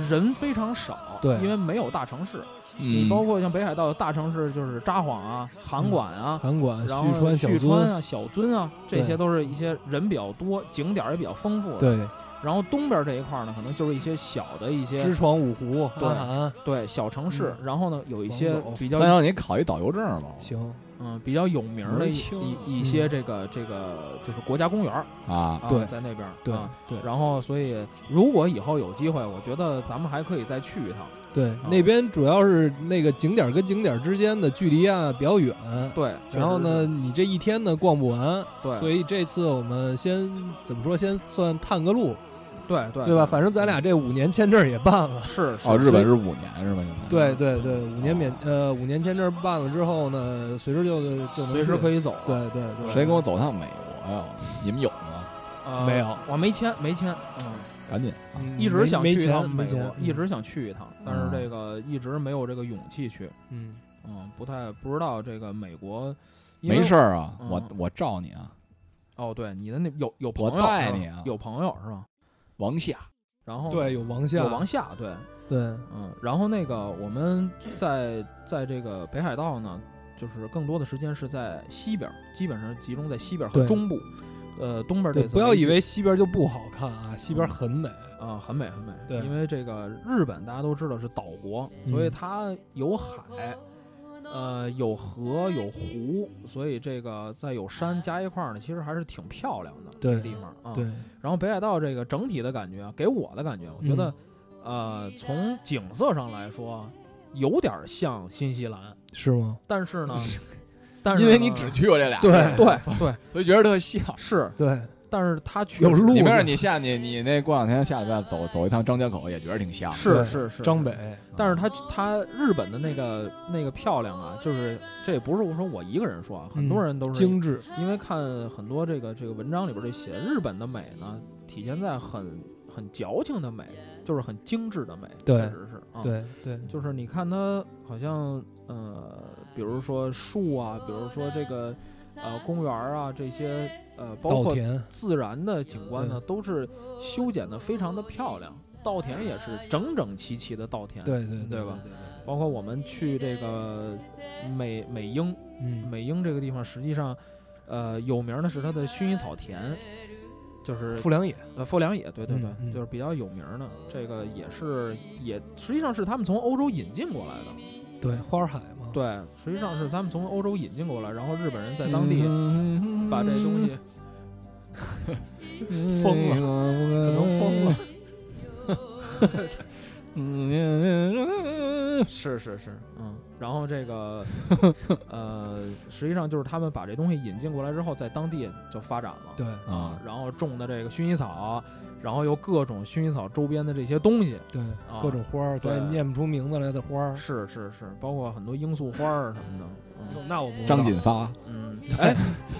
S4: 人非常少，
S3: 对
S4: 因为没有大城市，
S5: 嗯
S4: 你包括像北海道的大城市就是札幌啊、函馆啊。
S3: 韩馆
S4: 然后
S3: 嗯呃旭川小
S4: 旭川
S3: 樽，
S4: 啊、小樽啊，这些
S3: 对
S4: 都是一些人比较多、景点儿也比较丰富的。
S3: 对，
S4: 然后东边儿这一块儿呢，可能就是一些小的一些
S3: 知嗯闯五湖，
S4: 对
S3: 安寒，
S4: 对小城市，然后呢有一
S3: 往
S4: 些
S3: 走
S4: 比较
S5: 三幺，你考一导游证吧？
S3: 行，
S4: 嗯，比较有名儿的
S3: 门
S4: 一
S3: 清
S4: 一一些这个这个就是国家公园儿
S5: 啊，
S4: 啊，
S3: 对
S4: 在那边儿
S3: 对
S4: 啊
S3: 对
S4: 然后，所以如果以后有机会，我觉得咱们还可以再去一趟。
S3: 对，那边主要是那个景点跟景点之间的距离啊比较远，
S4: 对，确
S3: 然后
S4: 实
S3: 呢，
S4: 是，
S3: 你这一天呢逛不完，
S4: 对，
S3: 所以这次我们先怎么说，先算探个路，
S4: 对对嗯
S3: 对吧？反正咱俩这五年签证也办了，
S4: 是是
S5: 哦，日
S3: 所以
S5: 本哦是五年是吧？现在
S3: 对对对，五年免呃五年签证办了之后呢，随时就就能
S4: 随时可
S3: 以，
S4: 以走。
S3: 对对对，
S5: 谁跟我走趟美国呀？你们有吗？
S4: 呃，
S3: 没有，
S4: 我没签，没签，嗯，
S5: 赶紧啊！
S3: 嗯？
S4: 一直
S3: 没
S4: 想
S3: 没
S4: 去一趟
S3: 钱，
S4: 美
S3: 没嗯
S4: 国
S3: 钱，，
S4: 一直想去一趟，但是
S5: 嗯
S4: 这个一直没有这个勇气去，
S3: 嗯，
S4: 嗯，不太不知道这个美国。因为
S5: 没事儿啊，
S4: 嗯
S5: 我我罩你啊，
S4: 哦，对，你的那有有朋友是
S5: 带
S4: 吧
S5: 你啊
S4: 有朋友是吧？
S5: 王夏
S4: 然后
S3: 对，有王
S4: 有
S3: 下，
S4: 王夏，对，
S3: 对，
S4: 嗯，然后那个我们在在这个北海道呢，就是更多的时间是在西边儿，基本上集中在西边儿和
S3: 对
S4: 中部，呃，东边儿
S3: 对，
S4: 这次
S3: 不要
S4: 没
S3: 以
S4: 去嗯
S3: 为西边就不好看啊，西边很美，
S4: 啊、很美很美，
S3: 对
S4: 因为这个日本大家都知道是岛国，所以
S3: 嗯
S4: 它有海，呃，有河有湖，所以这个再有山加一块儿呢，其实还是挺漂亮的
S3: 对
S4: 这地方啊。
S3: 对，
S4: 然后北海道这个整体的感觉啊，给我的感觉，我觉得，
S3: 嗯
S4: 呃，从景色上来说，有点像新西兰，
S3: 是吗？
S4: 但是呢，但是
S5: 因
S4: 呢
S5: 为你只去过
S4: 嗯
S5: 这俩，
S3: 对
S4: 对对
S5: 所以觉得特像。
S4: 是，
S3: 对，
S4: 但是它确
S3: 有
S4: 实
S3: 路
S5: 你没
S3: 的
S5: 事，你下你你那过两天下个月走走一趟张家口，也觉得挺像的。
S4: 是
S3: 对
S4: 是是
S3: 张北，
S4: 但是它它日本的那个那个漂亮啊，就是这也不是我说我一个人说啊，很多人都是、
S3: 嗯精致，
S4: 因为看很多这个这个文章里边儿这写日本的美呢，体现在很很矫情的美，就是很精致的美，
S3: 对
S4: 确实是啊。
S3: 对对，
S4: 就是你看它好像呃，比如说树啊，比如说这个呃公园儿啊这些呃，包
S3: 稻
S4: 括
S3: 田，
S4: 自然的景观呢，都是修剪的非常的漂亮，稻田也是整整齐齐的稻田，
S3: 对对
S4: 对吧？？包括我们去这个美美英，
S3: 嗯，
S4: 美英这个地方，实际上，呃，有名儿的是它的薰衣草田，就是
S3: 嗯富良野，
S4: 呃富良野，对对对，
S3: 嗯嗯
S4: 就是比较有名儿的。这个也是也实际上是他们从欧洲引进过来的，
S3: 对，花儿海嘛，
S4: 对，实际上是他们从欧洲引进过来，然后日本人在当地
S3: 嗯
S4: 把这东西，
S3: [LAUGHS] 疯了可
S5: 可
S3: 能疯了。
S5: 了。
S4: 是是是，嗯，然后这个呃，实际上就是他们把这东西引进过来之后，在当地就发展了。
S3: [LAUGHS] 对
S5: 啊，
S4: 然后种的这个薰衣草，然后有各种薰衣草周边的这些东西，
S3: 对
S4: 啊，
S3: 各种花儿，
S4: 对
S3: 念不出名字来的花儿，
S4: 是是是，包括很多罂粟花儿什么的。
S3: 那我不知道
S5: 张锦发，
S4: 嗯嗯，哎，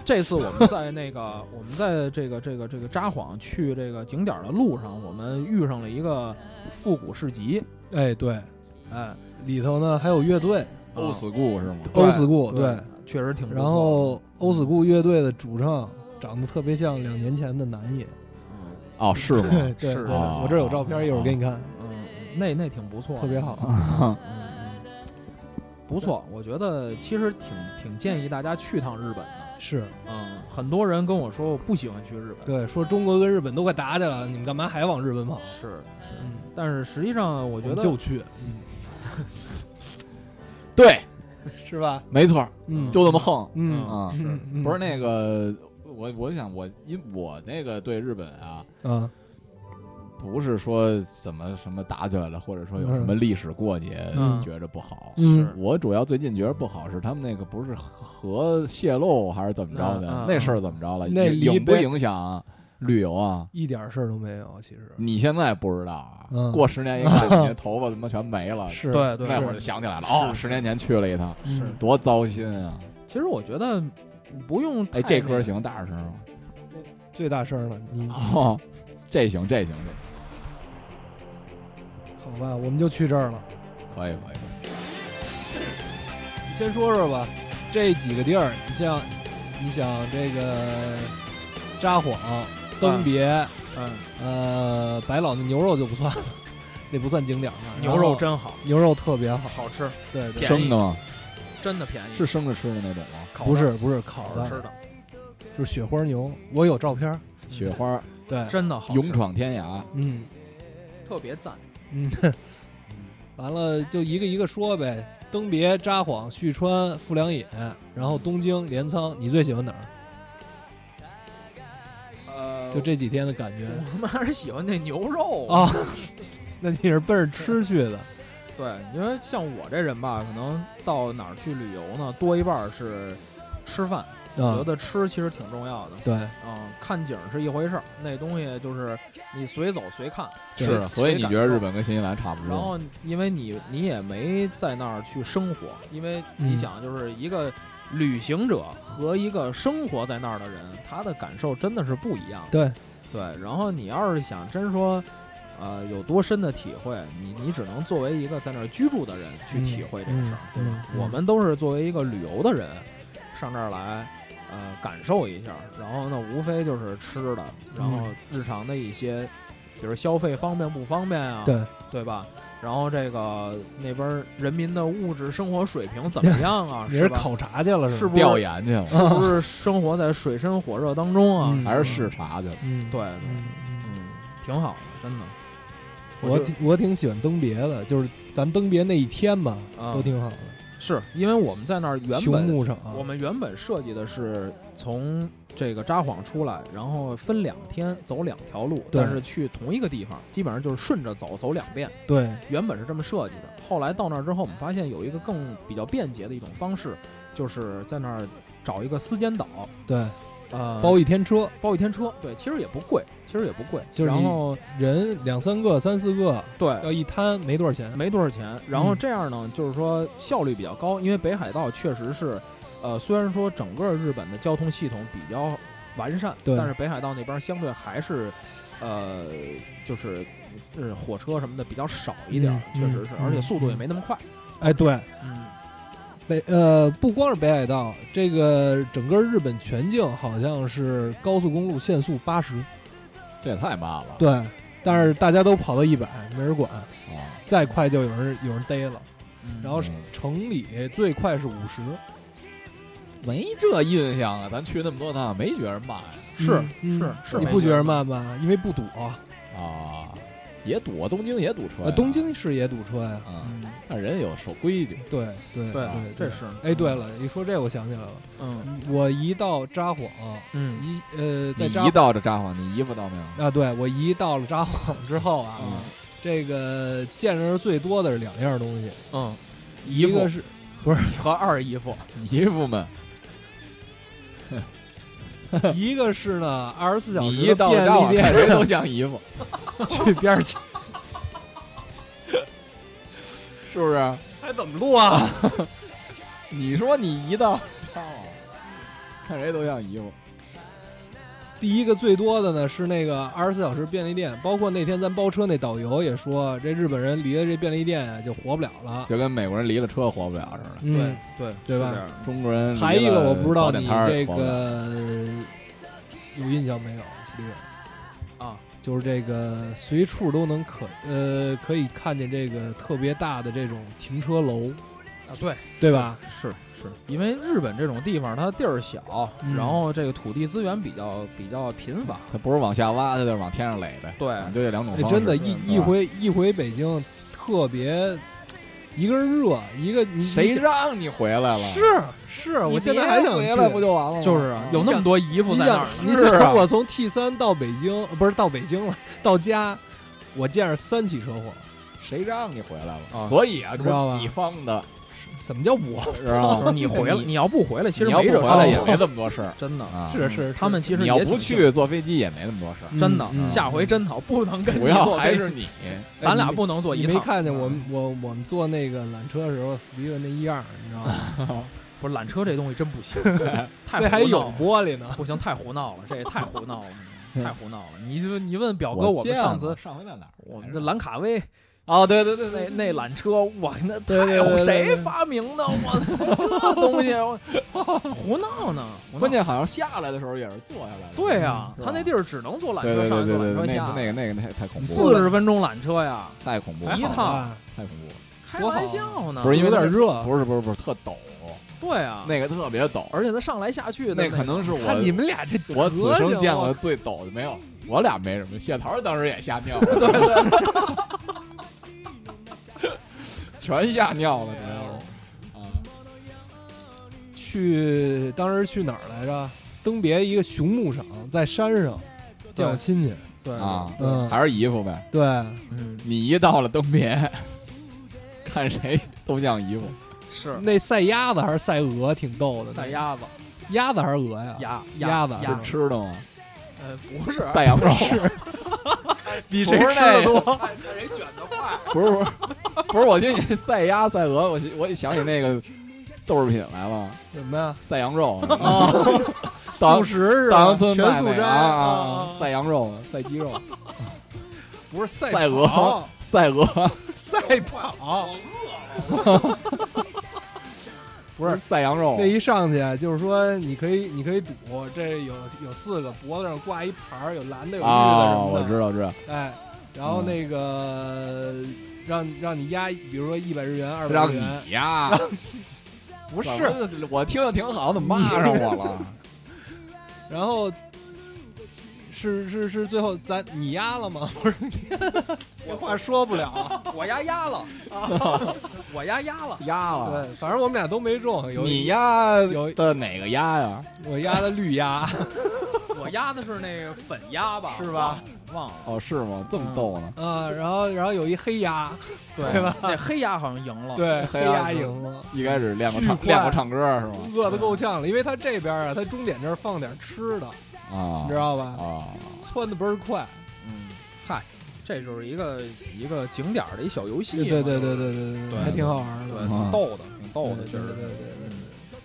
S4: 这次我们在那个我们在这个这个这个札幌去这个景点儿的路上，我们遇上了一个复古市集，
S3: 哎，对，
S4: 哎，啊
S3: 里头呢还有乐队
S5: 欧死故是吗？
S4: 对
S3: Old School，对，
S4: 确实挺不错的。
S3: 然后欧死故乐队的主唱长得特别像两年前的南
S4: [LAUGHS]
S3: 野，
S4: 嗯
S5: 哦，是吗？ [LAUGHS]
S3: 对
S4: 是
S3: 对
S5: 啊
S3: 我这儿有照片，一会儿给你看，
S4: 嗯，那那挺不错的，
S3: 特别好
S4: 嗯，嗯嗯不错，我觉得其实挺挺建议大家去趟日本的。
S3: 是
S4: 嗯，很多人跟我说我不喜欢去日本，
S3: 对，说中国跟日本都快打起来了，你们干嘛还往日本跑？
S4: 是是，
S3: 嗯，
S4: 但是实际上我
S3: 我
S4: 觉得
S3: 们就去，
S5: 对，
S3: 是吧？
S5: 没错儿，
S3: 嗯，
S5: 就这么横。
S3: 嗯
S5: 啊
S4: 是
S3: 嗯嗯
S5: 不是那个，我我想我因我那个对日本啊，
S3: 啊，
S5: 不是说怎么什么打起来了，或者说有什么历史过节、
S4: 嗯
S5: 觉着不好。
S3: 嗯
S5: 我主要最近觉得不好是他们那个不是核泄漏还是怎么着的、
S4: 嗯嗯
S5: 那事儿怎么着了？
S3: 那
S5: 影
S3: 离
S5: 影不
S3: 北
S5: 影响旅游啊？
S3: 一点事儿都没有，其实
S5: 你现在不知道啊？
S3: 嗯
S5: 过十年一看，你那头发他妈全没了。
S3: 是嗯
S4: 对对
S5: 那会儿
S4: [LAUGHS] 是
S5: 就想起来了，
S4: 是
S5: 哦，
S4: 是
S5: 十年前去了一趟，
S3: 是
S5: 多糟心啊！
S4: 其实我觉得不用太
S5: 哎，这
S4: 那
S5: 歌
S4: 个，
S5: 行大声吗？
S3: 最大声了。你
S5: [LAUGHS] 哦，这行这行这
S3: 好吧，我们就去这儿了。
S5: 行可以可以。可以
S3: 你先说说吧，这几个地儿，你像你想这个札幌、登别、
S4: 嗯，
S3: 呃，白老那牛肉就不算，那不算景点儿嘛。
S4: 牛肉真好，
S3: 牛肉特别好，
S4: 好吃，
S3: 对对，
S4: 便宜
S5: 生的吗？
S4: 真的便宜，
S5: 是生着吃的那种吗？
S4: 烤的
S3: 不是不是烤
S4: 烤着吃
S3: 的，
S4: 的，
S3: 就是雪花牛，我有照片儿。
S5: 雪花
S3: 对，
S4: 真的好吃，
S5: 勇闯天涯，
S3: 嗯
S4: 特别赞。
S3: 嗯，完了就一个一个说呗。登别、札幌、旭川、富良野，然后东京、镰仓，你最喜欢哪儿？
S4: 呃，
S3: 就，这几天的感觉
S4: 我他妈还是喜欢那牛肉
S3: [LAUGHS] 啊、那你是奔着吃去的，
S4: 对，因为像我这人吧，可能到哪儿去旅游呢，多一半儿是吃饭。我觉
S3: 啊？
S4: 得吃其实挺重要的
S3: 对，
S4: 啊、看景儿是一回事儿，那东西就是你随走随看。
S3: 对
S5: 是，所以你觉得日本跟新西兰差不
S4: 然
S5: 多？
S4: 后因为你你也没在那儿去生活，因为你
S3: 嗯
S4: 想就是一个旅行者和一个生活在那儿的人，他的感受真的是不一样的。
S3: 对，
S4: 对，然后你要是想真说，呃，有多深的体会，你你只能作为一个在那儿居住的人去体会这个事儿，
S3: 嗯嗯
S4: 对吧？
S3: 嗯
S4: 我们都是作为一个旅游的人上这儿来，呃，感受一下，然后呢，无非就是吃的，然后
S3: 嗯
S4: 日常的一些，比如消费方便不方便啊，
S3: 对，
S4: 对吧？然后这个那边儿人民的物质生活水平
S3: [LAUGHS]
S4: 怎么样啊？
S3: 你
S4: 是
S3: 是
S4: 吧？
S3: 考察去了是
S4: 是
S3: 吗？
S4: 不
S5: 调
S4: 是
S5: 研去了，
S4: 是不是生活在水深火热当中啊？
S3: 嗯
S5: 还是视察去了？
S3: 嗯，
S4: 对
S3: 嗯嗯
S4: 嗯，挺好的，真的。
S3: 我
S4: 就
S3: 挺我挺喜欢登别的，就是咱登别那一天吧，
S4: 啊
S3: 都挺好的。
S4: 是因为我们在那儿原
S3: 熊啊
S4: 本
S3: 牧场，
S4: 我们原本设计的是从这个札幌出来，然后分两天走两条路，
S3: 对
S4: 但是去同一个地方，基本上就是顺着走走两遍。
S3: 对，
S4: 原本是这么设计的，后来到那儿之后，我们发现有一个更比较便捷的一种方式，就是在那儿找一个私间岛，
S3: 对，
S4: 呃，
S3: 包一天车，
S4: 包一天车，对，其实也不贵，其实也不贵，
S3: 就是
S4: 然
S3: 你
S4: 后
S3: 人两三个、三四个，
S4: 对，
S3: 要一摊没多少钱。
S4: 没多少钱。然后
S3: 嗯
S4: 这样呢，就是说效率比较高，因为北海道确实是，呃，虽然说整个日本的交通系统比较完善，
S3: 对
S4: 但是北海道那边相对还是，呃，就是。呃，火车什么的比较少一点儿，
S3: 嗯
S4: 确实是，
S3: 嗯
S4: 而且速度也
S3: 嗯
S4: 没那么快。
S3: 哎，对，
S4: 嗯，
S3: 北呃，不光是北海道，这个整个日本全境好像是高速公路限速八十，
S5: 这也太慢了。
S3: 对，但是大家都跑到一百，没人管，
S5: 啊，
S3: 再快就有人有人逮了。然后
S5: 嗯
S3: 城里最快是五十，
S5: 没这印象啊，咱去那么多趟，没觉着慢
S4: 是
S3: 嗯
S4: 是是
S3: 你
S4: 没
S3: 不
S4: 觉
S3: 觉
S4: 得
S3: 得慢吗？因为不堵，
S5: 啊。也堵啊，东京也堵车呀、
S3: 呃，东京是也堵车呀。
S5: 啊，
S4: 嗯，
S5: 但人有守规矩。
S3: 对对
S4: 对啊
S3: 对，
S4: 这
S3: 对
S4: 是
S3: 哎，对了，一说这我想起来了，
S4: 嗯
S3: 我一到札幌，
S4: 嗯
S3: 一呃，在
S5: 你
S3: 札
S5: 一
S3: 幌
S5: 到这札幌，你衣服到没有？
S3: 啊，对我一到了札幌之后啊，
S4: 嗯
S3: 这个见人最多的是两样东
S5: [LAUGHS]
S3: 西，
S4: 嗯，
S3: 一
S4: 姨
S3: 个
S4: 父
S3: 是
S4: 和二姨父，
S5: 衣服们，
S3: 一个是呢二十四小
S5: 你
S3: 时
S5: 一
S3: 的
S5: 到啊这札
S3: 便利
S5: 幌，
S3: 店，
S5: 看
S3: [LAUGHS]
S5: 谁都像姨夫，
S3: 去边儿去，
S5: 是不是？
S3: 还怎么录啊？
S5: [LAUGHS] 你说你一到札幌，看谁都像姨夫。
S3: 第一个最多的呢是那个二十四小时便利店，包括那天咱包车那导游也说，这日本人离了这便利店啊就活不了了。
S5: 就跟美国人离了车活不了似的。
S4: 对对
S3: 嗯对吧
S4: 是这样
S5: 中国人离
S3: 还一个
S5: 了
S3: 我不知道
S5: 嗯早点
S3: 你
S5: 摊儿
S3: 这
S5: 活不了
S3: 个有印象没有，斯蒂文
S4: 啊，
S3: 就是这个随处都能可呃可以看见这个特别大的这种停车楼，
S4: 啊，对
S3: 对吧？
S4: 是是，因为日本这种地方它地儿小，
S3: 嗯
S4: 然后这个土地资源比较比较贫乏。
S5: 它不是往下挖，它就是往天上垒呗。
S4: 对
S5: 反正就这两种嗯
S3: 哎，
S5: 方式。
S3: 真的，
S4: 是
S3: 一
S5: 吧
S3: 一回一回北京，特别一个是热，一个你
S5: 谁
S3: 你
S5: 让你回来了？
S3: 是是，我
S5: 你
S3: 现在
S5: 别
S3: 还想
S5: 回
S3: 去
S5: 来不就完了吗？
S4: 就是啊，有那么多姨夫
S3: 你
S4: 在那儿
S3: 想
S4: 呢，
S3: 你
S5: 是啊
S3: 想 [LAUGHS] 我从 T 三到北京，呃不是到北京了，到家，我见着三起车祸，
S5: 谁让你回来了？
S4: 啊
S5: 所以啊，这不
S3: 知道吧
S5: 是你放
S3: [LAUGHS]
S5: 的，
S3: 怎么叫我？
S5: 是吧？
S4: 就是 [LAUGHS] 你回来，
S5: 你
S4: 你要不回来，其实
S5: 你要
S4: 没
S5: 不
S4: 这
S5: 回来
S4: 事
S5: 也
S4: 儿
S5: 没这么多事
S4: [LAUGHS]
S5: 儿
S4: 真的，
S5: 啊。
S3: 是是，
S4: 嗯他们其实
S5: 你要
S4: 也挺
S5: 不去坐飞机也没那么多
S4: [LAUGHS]
S5: 事儿。
S3: 嗯
S4: 真的
S3: 嗯
S4: 下回真好，不能跟你
S5: 主要
S4: 坐
S5: 还
S4: 飞机，
S5: 是你，
S4: [LAUGHS] 咱俩不能坐一
S3: 哎你
S4: 趟。
S3: 没看见我
S4: 嗯
S3: 们我我们坐那个缆车的时候，史蒂文那一样，你知道吗？
S4: 不是缆车这东西真
S3: [LAUGHS]
S4: 不行，太
S3: 那还
S4: 哎胡闹
S3: 有
S4: 了
S3: 玻璃呢。
S4: 不行，太胡闹了，这也太胡闹了，
S3: [LAUGHS] 嗯
S4: 太胡闹了。你就你问表哥，
S5: 我
S4: 们
S5: 见
S4: 上
S5: 过
S4: 次
S5: 上回在哪儿？
S4: 我们的兰卡威啊
S5: 哦，对对对
S4: 那
S5: 对，
S4: 那缆车，我那
S3: 对对对
S4: 太
S3: 对
S4: 谁发明的？我这东西啊我 [LAUGHS] 胡闹呢？胡闹
S5: 关键好像下来的时候也是坐下来的。
S4: 对呀，他那地
S5: 儿，
S4: 儿只能坐缆
S5: 对
S4: 车
S5: 对
S4: 上
S5: 对
S4: 来，
S5: 对
S4: 坐
S5: 对
S4: 缆车
S5: 对，
S4: 下
S5: 那那个那个那太恐怖
S4: 四
S5: 了，
S4: 十分钟缆车呀，
S5: 太恐怖了，
S4: 一趟
S3: 啊，
S5: 太恐怖了。
S4: 开
S3: 多好啊
S4: 玩笑呢？
S5: 不是因为
S3: 有点
S5: 那
S3: 热，
S5: 不是不是不是特陡，
S4: 对啊，
S5: 那个特别陡，
S4: 而且他上来下去的
S5: 那可能是我
S3: 看你们俩这
S5: 我此
S3: 德行
S5: 生见
S3: 我
S5: 过最陡的没
S4: [LAUGHS]
S5: 有，我俩没什么。谢桃当时也吓尿了， [LAUGHS] 全吓尿了，主要是。啊，
S3: 去当时去哪儿来着？登别一个熊牧场，在山上见我亲戚。
S4: 对
S5: 啊
S4: 对
S3: 嗯
S5: 还是姨夫呗。
S3: 对，
S4: 嗯
S5: 你一到了登别，看谁都像姨夫。
S4: 是
S3: 那赛鸭子还是赛鹅，挺逗的。
S4: 赛鸭子
S3: 鸭子还是鹅呀？
S4: 鸭
S3: 鸭子
S4: 鸭
S5: 是吃的吗？
S4: 呃不是
S5: 赛羊肉， [LAUGHS]
S3: 比
S5: 谁吃得多 [LAUGHS]
S4: 看谁卷得快。
S5: 不是不是不是，我听你赛鸭赛鹅，我我想起那个豆制品来了，
S3: 什么呀？
S5: 赛羊肉，
S4: 哦
S5: [LAUGHS] 大
S3: 素食是
S5: 大
S3: 吧？
S5: 杨村
S3: 全
S5: 卖
S3: 素
S5: 那
S3: 斋
S5: 个啊啊，赛羊肉，赛鸡肉，
S3: 不是赛
S5: 赛鹅
S3: 跑
S5: 赛鹅，
S3: [LAUGHS] 赛跑。
S5: [LAUGHS]
S3: 不是
S5: 赛羊肉
S3: [LAUGHS] 那，一上去就是说，你可以，你可以赌，这有有四个脖子上挂一牌儿，有蓝的，有绿的什
S5: 啊，
S3: 么的。
S5: 我知道知道，
S3: 哎，然后那个、让让你压，比如说一百日元、二百
S5: 让
S3: 日元，
S5: 你呀，
S3: [LAUGHS] 不是，
S5: 我我听着挺好，怎么骂上我
S3: [LAUGHS]
S5: 了？
S3: 然后是是是，最后咱你压了吗？不是，这话说不了啊。
S4: 我压压了，我压压了，
S5: 鸭了， [LAUGHS]
S3: 对，反正我们俩都没中，有
S5: 你鸭
S3: 有
S5: 的哪个鸭呀？
S3: 我压的绿鸭
S4: 我压的是那个粉鸭吧？
S3: 是吧？
S4: 忘了，
S5: 哦，是吗？这么逗呢？
S3: 啊，然后然后有一黑鸭， [LAUGHS]
S4: 对吧？那黑鸭好像赢了。
S3: 对，
S5: 黑
S3: 黑
S5: 鸭
S3: 鸭
S5: 是
S3: 赢了。
S5: 一开始练过
S3: 巨
S5: 唱
S3: 快
S5: 练过唱歌是吗？
S3: 饿得够呛了，因为他这边啊，他终点这儿放点吃的，
S5: 啊，
S3: 你知道吧？
S5: 啊，
S3: 窜的倍儿快。
S4: 嗯，嗨，这就是一个一个景点儿的一小游戏嘛。
S3: 对对对
S4: 就
S3: 对对
S4: 是
S3: 对
S4: 对
S3: 还挺好玩
S4: 对，
S3: 的。
S4: 挺
S5: 嗯
S4: 逗的，挺逗的，
S3: 对
S4: 确实
S3: 对对对对
S4: 嗯，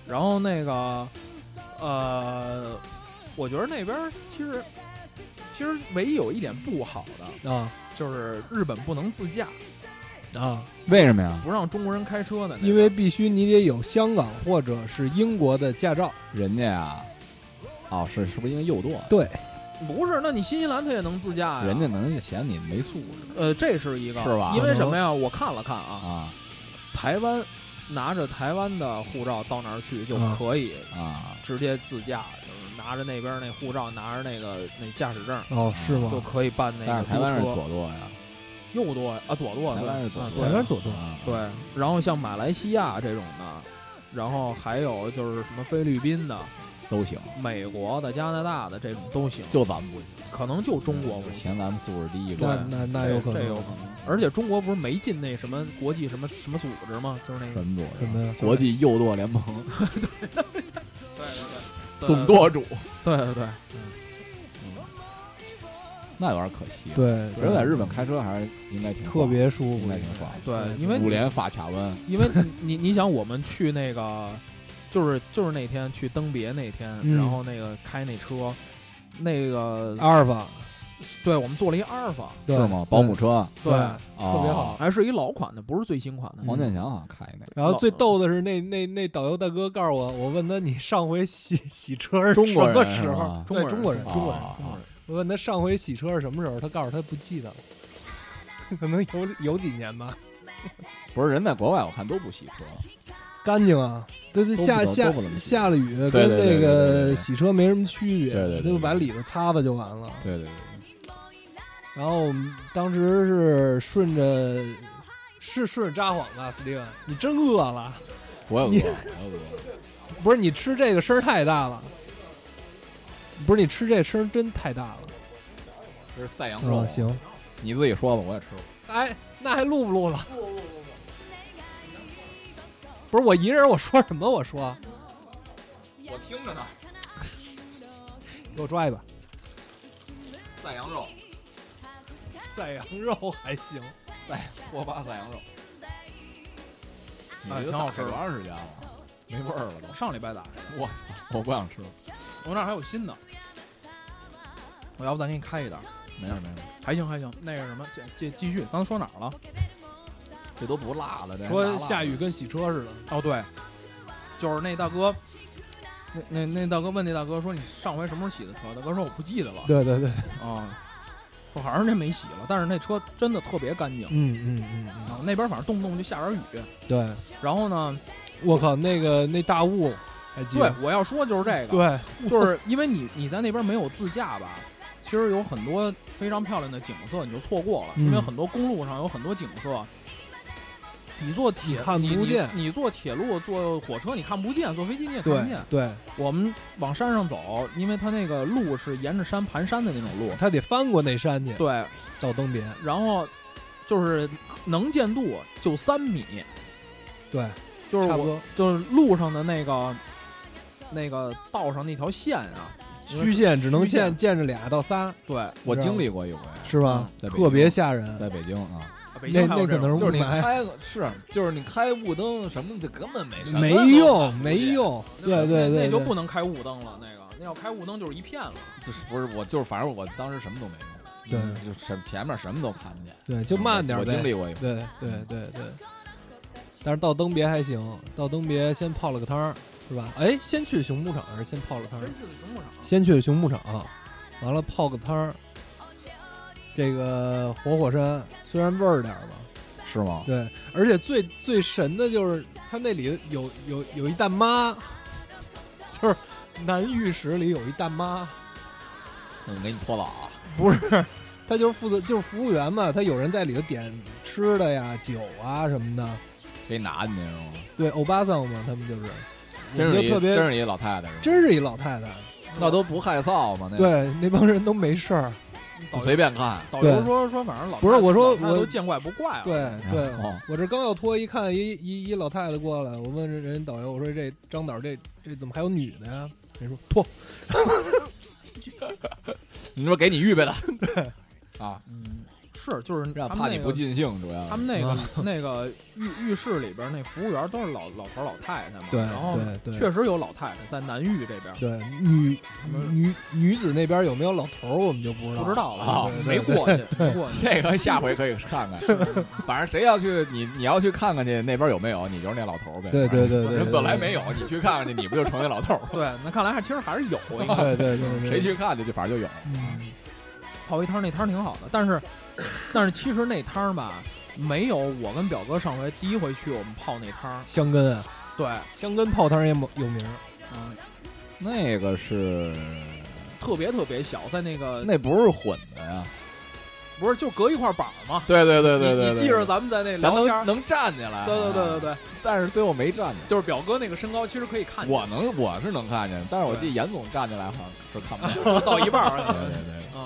S4: 然后那个，呃，我觉得那边儿其实其实唯一有一点不好的
S3: 对啊
S4: 就是日本不能自驾，
S3: 啊！
S5: 为什么呀？
S4: 不让中国人开车呢。那
S3: 因为
S4: 边
S3: 必须你得有香港或者是英国的驾照。
S5: 人家啊，哦，是是不是因为右舵？
S3: 对，
S4: 儿不是，那你新西兰他也能自驾呀。
S5: 人家能嫌你没素质
S4: 呃，这是一个
S5: 是吧
S4: 因为
S3: 可能
S4: 什么呀？我看了看啊，
S5: 啊
S4: 台湾拿着台湾的护照到那儿去就
S3: 啊
S4: 可以
S5: 啊！
S4: 直接自驾，就是拿着那边儿那护照，拿着那个那驾驶证。
S3: 哦，是吗？
S4: 就可以办那
S5: 但
S4: 个
S5: 是台
S4: 租
S5: 湾是
S4: 车，
S5: 左舵呀，
S4: 右舵啊，左舵，
S5: 台
S4: 对
S5: 湾是
S4: 啊
S5: 左舵，
S4: 对
S3: 台湾左舵
S5: 啊，
S4: 对，然后像马来西亚这种的，然后还有就是什么菲律宾的、
S5: 都行，
S4: 美国的、加拿大的这种都行，
S5: 就咱们不行，
S4: 可能就中国不
S5: 就
S4: 行。
S5: 嫌咱们素质低，
S3: 那
S4: 对
S3: 那那
S4: 这
S3: 有可能，
S4: 这有可能。
S5: 嗯
S4: 而且中国不是没进那什么国际什么什么组织吗？就是那个
S5: 什么
S3: 什么
S5: 组
S3: 呀
S5: 织？？国际右舵联盟
S4: 对
S5: 总，舵主，
S4: 对对对，
S5: 嗯那有点可惜。，
S3: 对，
S5: 其实在日本开车还是应该挺
S3: 特别舒
S5: 应
S3: 服
S5: 该，挺爽的，
S4: 对
S3: 对
S4: 因为
S5: 嗯五连发卡弯，
S4: 因为你你你想，我们去那个，就是就是那天去登别那天，
S3: 嗯
S4: 然后那个开那车，那个
S3: 阿尔法
S4: 对我们坐了一阿尔法，
S3: 对
S5: 是吗？保姆车
S3: 对。
S4: 对
S5: 特
S3: 别好
S4: 还是一老款的，不是最新款的。
S5: 黄健翔好像开那个，
S3: 然后最逗的是那，那那导游大哥告诉我，我问他你上回洗洗车是
S5: 中国
S3: 什么
S5: 人是
S3: 时候
S5: 吗？
S3: 对，中
S4: 中
S3: 国
S4: 国
S3: 人，
S4: 人
S3: 中国人。
S5: 啊
S4: 中国人
S3: 我问他上回洗车是什么时候，他告诉他不记得了， [LAUGHS] 可能有有几年吧。
S5: 不是人在国外，我看都不洗车，
S3: 干净啊，这这
S5: 都不
S3: 下
S5: 都
S3: 下
S5: 不怎么洗
S3: 下了雨跟
S5: 对对对
S3: 那
S5: 对对对
S3: 个洗车没什么区别，
S5: 对对对对
S3: 就把里头擦擦就完了。
S5: 对对对，
S3: 然后我们当时是顺着是顺着札幌吧，斯蒂文，你真饿了，
S5: 我也
S3: 你
S5: 饿，我也饿。
S3: 不是你吃这个声儿太大了，不是你吃这声儿真太大了。
S5: 这是赛羊肉，
S3: 哦，行，
S5: 你自己说吧，我也吃过。
S3: 哎，那还录不录了？不是我一人，我说什么？我说
S5: 我听着呢，
S3: 给我抓一把
S5: 赛羊肉，
S3: 赛羊肉还 [LAUGHS] 行，
S5: 赛锅巴赛羊肉，
S4: 哎
S3: 哎
S5: 你就
S4: 挺好
S5: 打
S4: 吃
S5: 这
S4: 的
S5: 多长时间了？没味儿了都。
S4: 上礼拜打的，
S5: [LAUGHS] 我操，我不想吃了。
S4: 我那儿还有新的，我要不咱给你开一袋儿？
S5: 没事没事，
S4: 还行还行，那个什么，继继继续，刚才说哪儿了？
S5: 这都不辣了。这还拿
S3: 说
S5: 辣
S3: 下
S5: 的
S3: 雨跟洗车似的。
S4: 哦，对，就是那大哥，那那那大哥问那大哥说：“你上回什么时候洗的车？”大哥说：“我不记得了。
S3: 对对对，”
S4: 啊，说好像是那没洗了，但是那车真的特别干净。
S3: 嗯嗯嗯嗯，
S4: 啊，那边反正动不动就下点雨，
S3: 对，
S4: 然后呢，
S3: 我靠，那个那大雾还记
S4: 对
S3: 得，
S4: 我要说就是这个，
S3: 对 [LAUGHS]
S4: 就是因为你你在那边没有自驾吧，其实有很多非常漂亮的景色你就错过了，
S3: 嗯
S4: 因为很多公路上有很多景色，你坐
S3: 你
S4: 铁
S3: 看
S4: 你
S3: 不
S4: 你
S3: 见
S4: 你坐铁路坐火车你看不见，坐飞机你也看不
S5: 哎
S3: 对
S4: 见。
S3: 对，
S4: 我们往山上走，因为它那个路是沿着山盘山的那种路，
S3: 他得翻过那山去
S4: 对，
S3: 到登别，
S4: 然后就是能见度就三米，
S3: 对，
S4: 就是
S3: 差不
S4: 我
S3: 多
S4: 就是路上的那个那个道上那条线啊，
S3: 虚线只能
S4: 虚线
S3: 见见着俩到仨，啊
S4: 对，
S5: 我经历过一回，
S3: 是吧？
S5: 嗯在北京
S3: 特别吓人。
S5: 在北京啊，
S4: 北京
S3: 那
S4: 还有
S3: 那
S4: 这
S3: 可能
S4: 种
S5: 就是你
S3: 雾霾
S5: 开是就是你开雾灯什么的根本没
S3: 没用，没，用，对对
S4: 那
S3: 对，
S4: 那就
S3: 对
S4: 不能开雾灯了，那个那要开雾灯就是一片了。
S5: 就是不是我就是反正我当时什么都没用，
S3: 对
S5: 嗯就什前面什么都看不见，
S3: 对，
S5: 嗯
S3: 就慢点
S5: 我
S3: 儿
S5: 经
S3: 呗。
S5: 历过一回，
S3: 对对对对，但是到登别还行，到登别先泡了个汤儿，是吧？哎，先去熊牧场还是先泡了汤儿？
S4: 去的熊牧场，
S3: 先去熊牧场，完了泡个汤儿。这个活火山虽然味儿点儿吧，
S5: 是吗？
S3: 对，而且最最神的就是它那里有有有一大妈，就是男浴室里有一大妈，
S5: 那我给你搓澡啊，
S3: 不是，他就是负责就是服务员嘛，他有人在里头点吃的呀、酒啊什么的。
S5: 给你拿进去是吗？
S3: 对，欧巴桑嘛，他们就是，
S5: 真
S3: 我
S5: 是
S3: 们
S5: 一
S3: 就特别
S5: 真是一老太太是吗？
S3: 真是一老太太。
S5: 那都不害臊吗？那
S3: 对，那帮人都没事儿。
S5: 就随便看，
S4: 导
S3: 对
S4: 游说说反正老
S3: 不是
S4: 太太
S3: 我说
S4: 老太太
S3: 我
S4: 都见怪不怪了。
S3: 对对
S5: 哦，
S3: 我这刚要脱衣，看一一一老太太过来，我问人人导游，我说这张导这这怎么还有女的呀？人说脱，
S5: 你说给你预备的，啊，
S4: 嗯，是就是
S5: 让
S4: 他
S5: 怕
S4: 们
S5: 你
S4: 那
S5: 不
S4: 个。
S5: 尽兴，主要
S4: 他们那
S3: [LAUGHS]
S4: 个那个浴浴室里边那服务员都是老老头儿老太太嘛，
S3: 对
S4: 然后
S3: 对对，
S4: 哦确实有老太太在南浴这边，
S3: 对女女女子那边有没有老头儿，我们就不知道，
S4: 不知道了，
S5: 啊
S4: 没
S3: 对对
S4: 过去，没过去。
S5: 这个下回可以看
S4: [LAUGHS]
S5: 看，反正谁要去你你要去看看去，那边有没有，你就是那老头儿呗。
S3: 对对对对对
S5: 人
S3: 对
S5: 本来没有，你去看看去，你不就成那老头儿？
S4: 对，那看来还其实还是有，应
S3: [LAUGHS]
S4: 该
S3: 对对对对，
S5: 谁？去看去，就反正就有。
S3: 嗯，
S4: 泡一摊儿那摊儿挺好的，但是但是其实那摊儿吧，没有我跟表哥上回第一回去我们泡那摊儿，
S3: 香根啊，
S4: 对，
S3: 香根泡汤也有有名儿，
S4: 嗯，
S5: 那个是
S4: 特别特别小，在那个
S5: 那不是混的呀？
S4: 不是就隔一块板儿嘛，
S5: 对对对
S4: 你
S5: 对对，
S4: 你记着咱们在那
S5: 咱
S4: 聊天
S5: 能
S4: 儿，
S5: 能站起来。
S4: 对对对对
S5: 对，
S4: 对，
S5: 但是最后没站起来。
S4: 就是表哥那个身高其实可以看见，
S5: 我能我是能看见，但是我记得
S4: 对
S5: 严总站起来好像是看不
S4: [LAUGHS]
S5: 见。
S4: 到一半儿
S5: 对
S4: 啊，
S5: 对对，
S4: 嗯，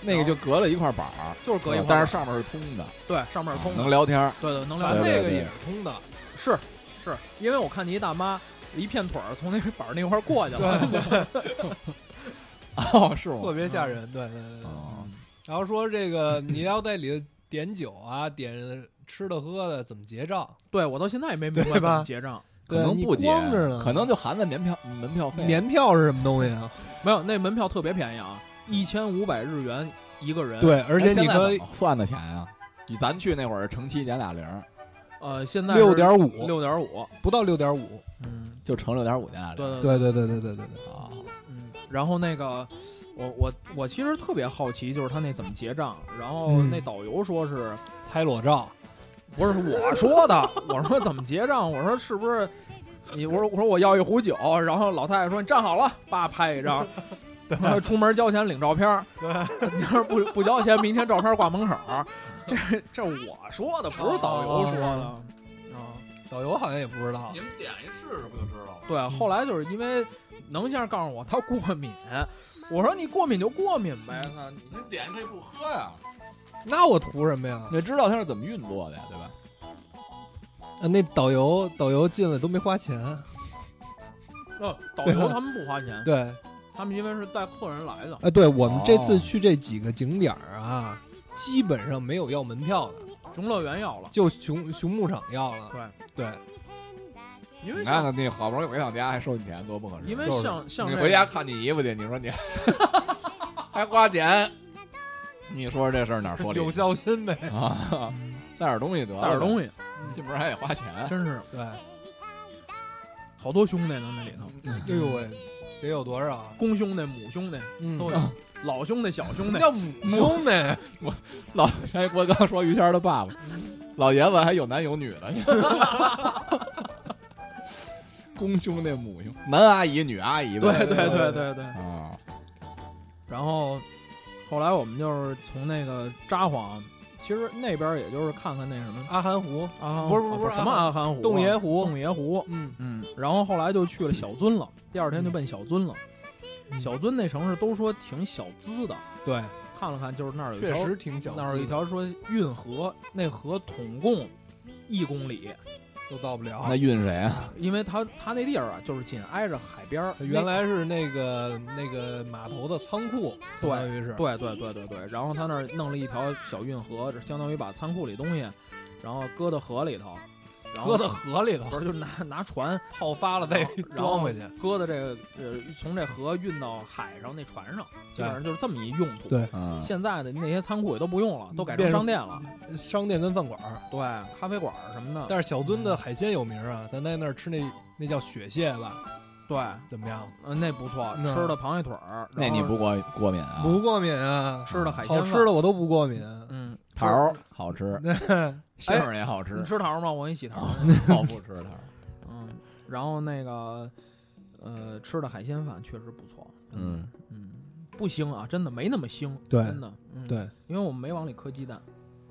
S5: 那个就隔了一块板儿，
S4: 就是隔一块板
S5: 哦嗯但
S4: 儿，
S5: 是上面是通的，啊
S4: 对上面是通的，
S5: 能聊天
S4: [LAUGHS]
S5: 儿。
S4: 对对能聊
S3: 咱
S5: 对
S3: 那
S5: 对
S4: 天儿，
S3: 个
S5: 对
S3: 也是通的，
S4: 是是，因为我看你一大妈一片腿儿从那个板儿那块儿过去了，
S5: 哦，是
S3: 特
S5: 吗？
S3: 别吓人，对对对对。
S5: 哦，
S4: 嗯
S3: 然后说这个你要在里头点酒啊，点吃的喝的怎么结账？
S4: [LAUGHS] 对我到现在也没明白
S3: 对
S4: 怎
S3: 吧
S4: 么结账。
S5: 可能
S3: 对
S5: 不结
S3: 你光着呢，
S5: 可能就呃含在年票门票费。
S3: 年票是什么东西啊？
S4: 没有，那门票特别便宜啊，一千五百日元一个人。，
S3: 对，而
S5: 哎
S3: 且
S5: 现
S3: 你
S5: 在
S3: 可以
S5: 怎么算的钱啊？你咱去那会儿乘七减俩零，
S4: 呃，现在
S3: 六点五，
S4: 六点五，
S3: 不到六点五。
S4: 嗯，
S5: 就乘六点五减俩零。
S4: 对对，
S3: 对对对对对对对，
S5: 啊，
S4: 嗯。然后那个，我我我其实特别好奇，就是他那怎么结账。然后
S3: 嗯
S4: 那导游说是、
S3: 拍裸照，
S4: 不是我说的？我说怎么结账？我说是不是？你我说我说我要一壶酒，然后老太太说你站好了，爸拍一张，然后出门交钱领照片儿，你要是不不交钱，明天照片挂门口儿。这这我说的，不是导游说的啊。
S3: 导游好像也不知道
S5: 你，们点一试试不就知道了？
S4: 对，后来就是因为能先生告诉我他过敏，我说你过敏就过敏呗，那你
S5: 你点可以不喝呀，
S3: 那我图什么呀？
S5: 你知道它是怎么运作的呀，对吧？
S3: 呃那导游导游进来都没花钱，
S4: 哦，导游他们不花钱，
S3: 对，
S4: 他们因为是带客人来的，
S3: 哎，对我们这
S4: 哦
S3: 次去这几个景点儿啊，基本上没有要门票的，
S4: 熊乐园要了，
S3: 就熊熊牧场要了，
S4: 对，
S3: 对，
S4: 因为
S5: 你看
S4: 像
S5: 看你好不容易回趟家还收你钱，多不合适。
S4: 因为
S3: 就是
S4: 像像
S5: 你
S4: 这
S5: 回家
S4: 个
S5: 看你姨夫去，你说你 [LAUGHS] 还花钱，你说这事儿哪儿说理
S3: 有孝心呗，
S5: 去啊？ [LAUGHS] 带点东西得了，
S4: 带点
S5: 西，
S4: 东西，
S5: 进门还得花钱。
S4: 真是
S3: 对，哎
S4: 好多兄弟呢那里头，
S3: 呦喂，得有多少啊？
S4: 公兄弟、母兄弟
S3: 嗯
S4: 都有，老兄弟、小兄弟，
S3: 叫母兄弟，
S5: 老哎，我刚说于谦儿的爸爸，老爷子还有男有女的， [LAUGHS] 公兄弟母兄，男阿姨女阿姨
S4: 对
S5: 呗。
S4: 对对对对。
S5: 啊，
S4: 然后后来我们就是从那个札幌，其实那边儿也就是看看那什么
S3: 阿寒湖，
S4: 阿寒湖，
S3: 不是不是
S4: 啊
S3: 不是
S4: 什么
S3: 阿
S4: 阿寒湖啊，
S3: 洞爷湖，
S4: 洞爷湖，
S3: 嗯，
S4: 嗯，然后后来就去了小樽了，第二天就奔小樽了。
S3: 嗯
S4: 小樽那城市都说挺小资的，
S3: 对，
S4: 看了看就是那儿有一
S3: 确
S4: 条
S3: 实挺小，
S4: 那儿有一条说运河，那河统共一公里，
S3: 都到不了
S5: 那。运谁啊？
S4: 因为它它那地儿啊就是紧挨着海边儿，
S3: 它原
S4: 那
S3: 来是那个那个码头的仓库，相当于是，
S4: 对对对对对，然后他那儿弄了一条小运河，这相当于把仓库里东西，然后搁到河里头，然后
S3: 搁到河里
S4: [LAUGHS]
S3: 头
S4: 不，是就拿拿船
S3: 泡发了再
S4: 然后
S3: 装回去。
S4: 搁到这个呃从这河运到海上那船上，基本上就是这么一用途。
S3: 对
S5: 嗯，
S4: 现在的那些仓库也都不用了，都改
S3: 变成
S4: 成商店了，
S3: 商店跟饭馆儿，
S4: 对，咖啡馆儿什么的，
S3: 但是小樽的海鲜有名啊，咱在那儿吃那那叫雪蟹吧，
S4: 对，
S3: 怎么样？
S4: 嗯，那不错，
S3: 那
S4: 吃的螃蟹腿儿，
S5: 那
S4: 然
S5: 你
S4: 后
S5: 不过过敏啊？
S3: 不过敏啊，
S4: 吃的海鲜
S3: 好
S4: 饭
S3: 吃的，我都不过 [LAUGHS] 敏。
S4: 嗯，
S5: 桃儿好吃，杏儿也好
S4: 哎你
S5: 吃，
S4: 吃桃吗？我给你洗桃。
S5: 我不吃桃儿。
S4: 嗯，然后那个，呃，吃的海鲜饭确实不错，
S5: 嗯，
S4: 嗯，不腥啊，真的没那么腥，
S3: 对
S4: 真的，嗯，，
S3: 对，
S4: 因为我们没往里磕鸡蛋，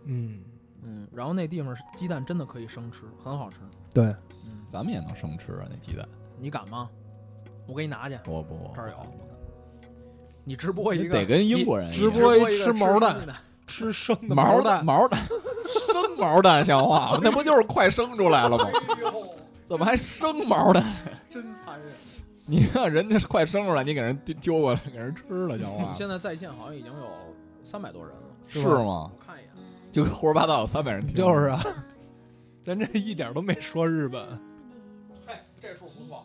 S3: 嗯，
S4: 嗯，然后那地方是鸡蛋真的可以生吃，很好吃，
S3: 对，
S4: 嗯，
S5: 咱们也能生吃啊，那鸡蛋。
S4: 你敢吗？我给你拿去，
S5: 我不，
S4: 这儿有你直播一
S5: 你
S4: 个，
S5: 得跟英国人
S3: 直
S5: 一样
S3: 播
S4: 一个
S3: 吃
S4: 吃
S3: 毛蛋
S4: 生的，
S3: 吃生的
S5: 毛
S3: 蛋，
S5: 毛蛋生毛蛋像话吗？那不就是快生出来了吗？怎么还生毛蛋？
S4: 真残忍。
S5: 你看人家快生出来，你给人丢揪过来给人吃了，像
S4: 我
S5: 话
S4: 们
S5: 吗
S4: 现在在线好像已经有三百多人了，
S5: 是
S3: 是吧
S5: 吗
S4: 我？看一眼，
S5: 就胡说八道，有三百人听，
S3: 就是啊， [LAUGHS] 咱这一点都没说日本。
S4: 嘿，这数不错，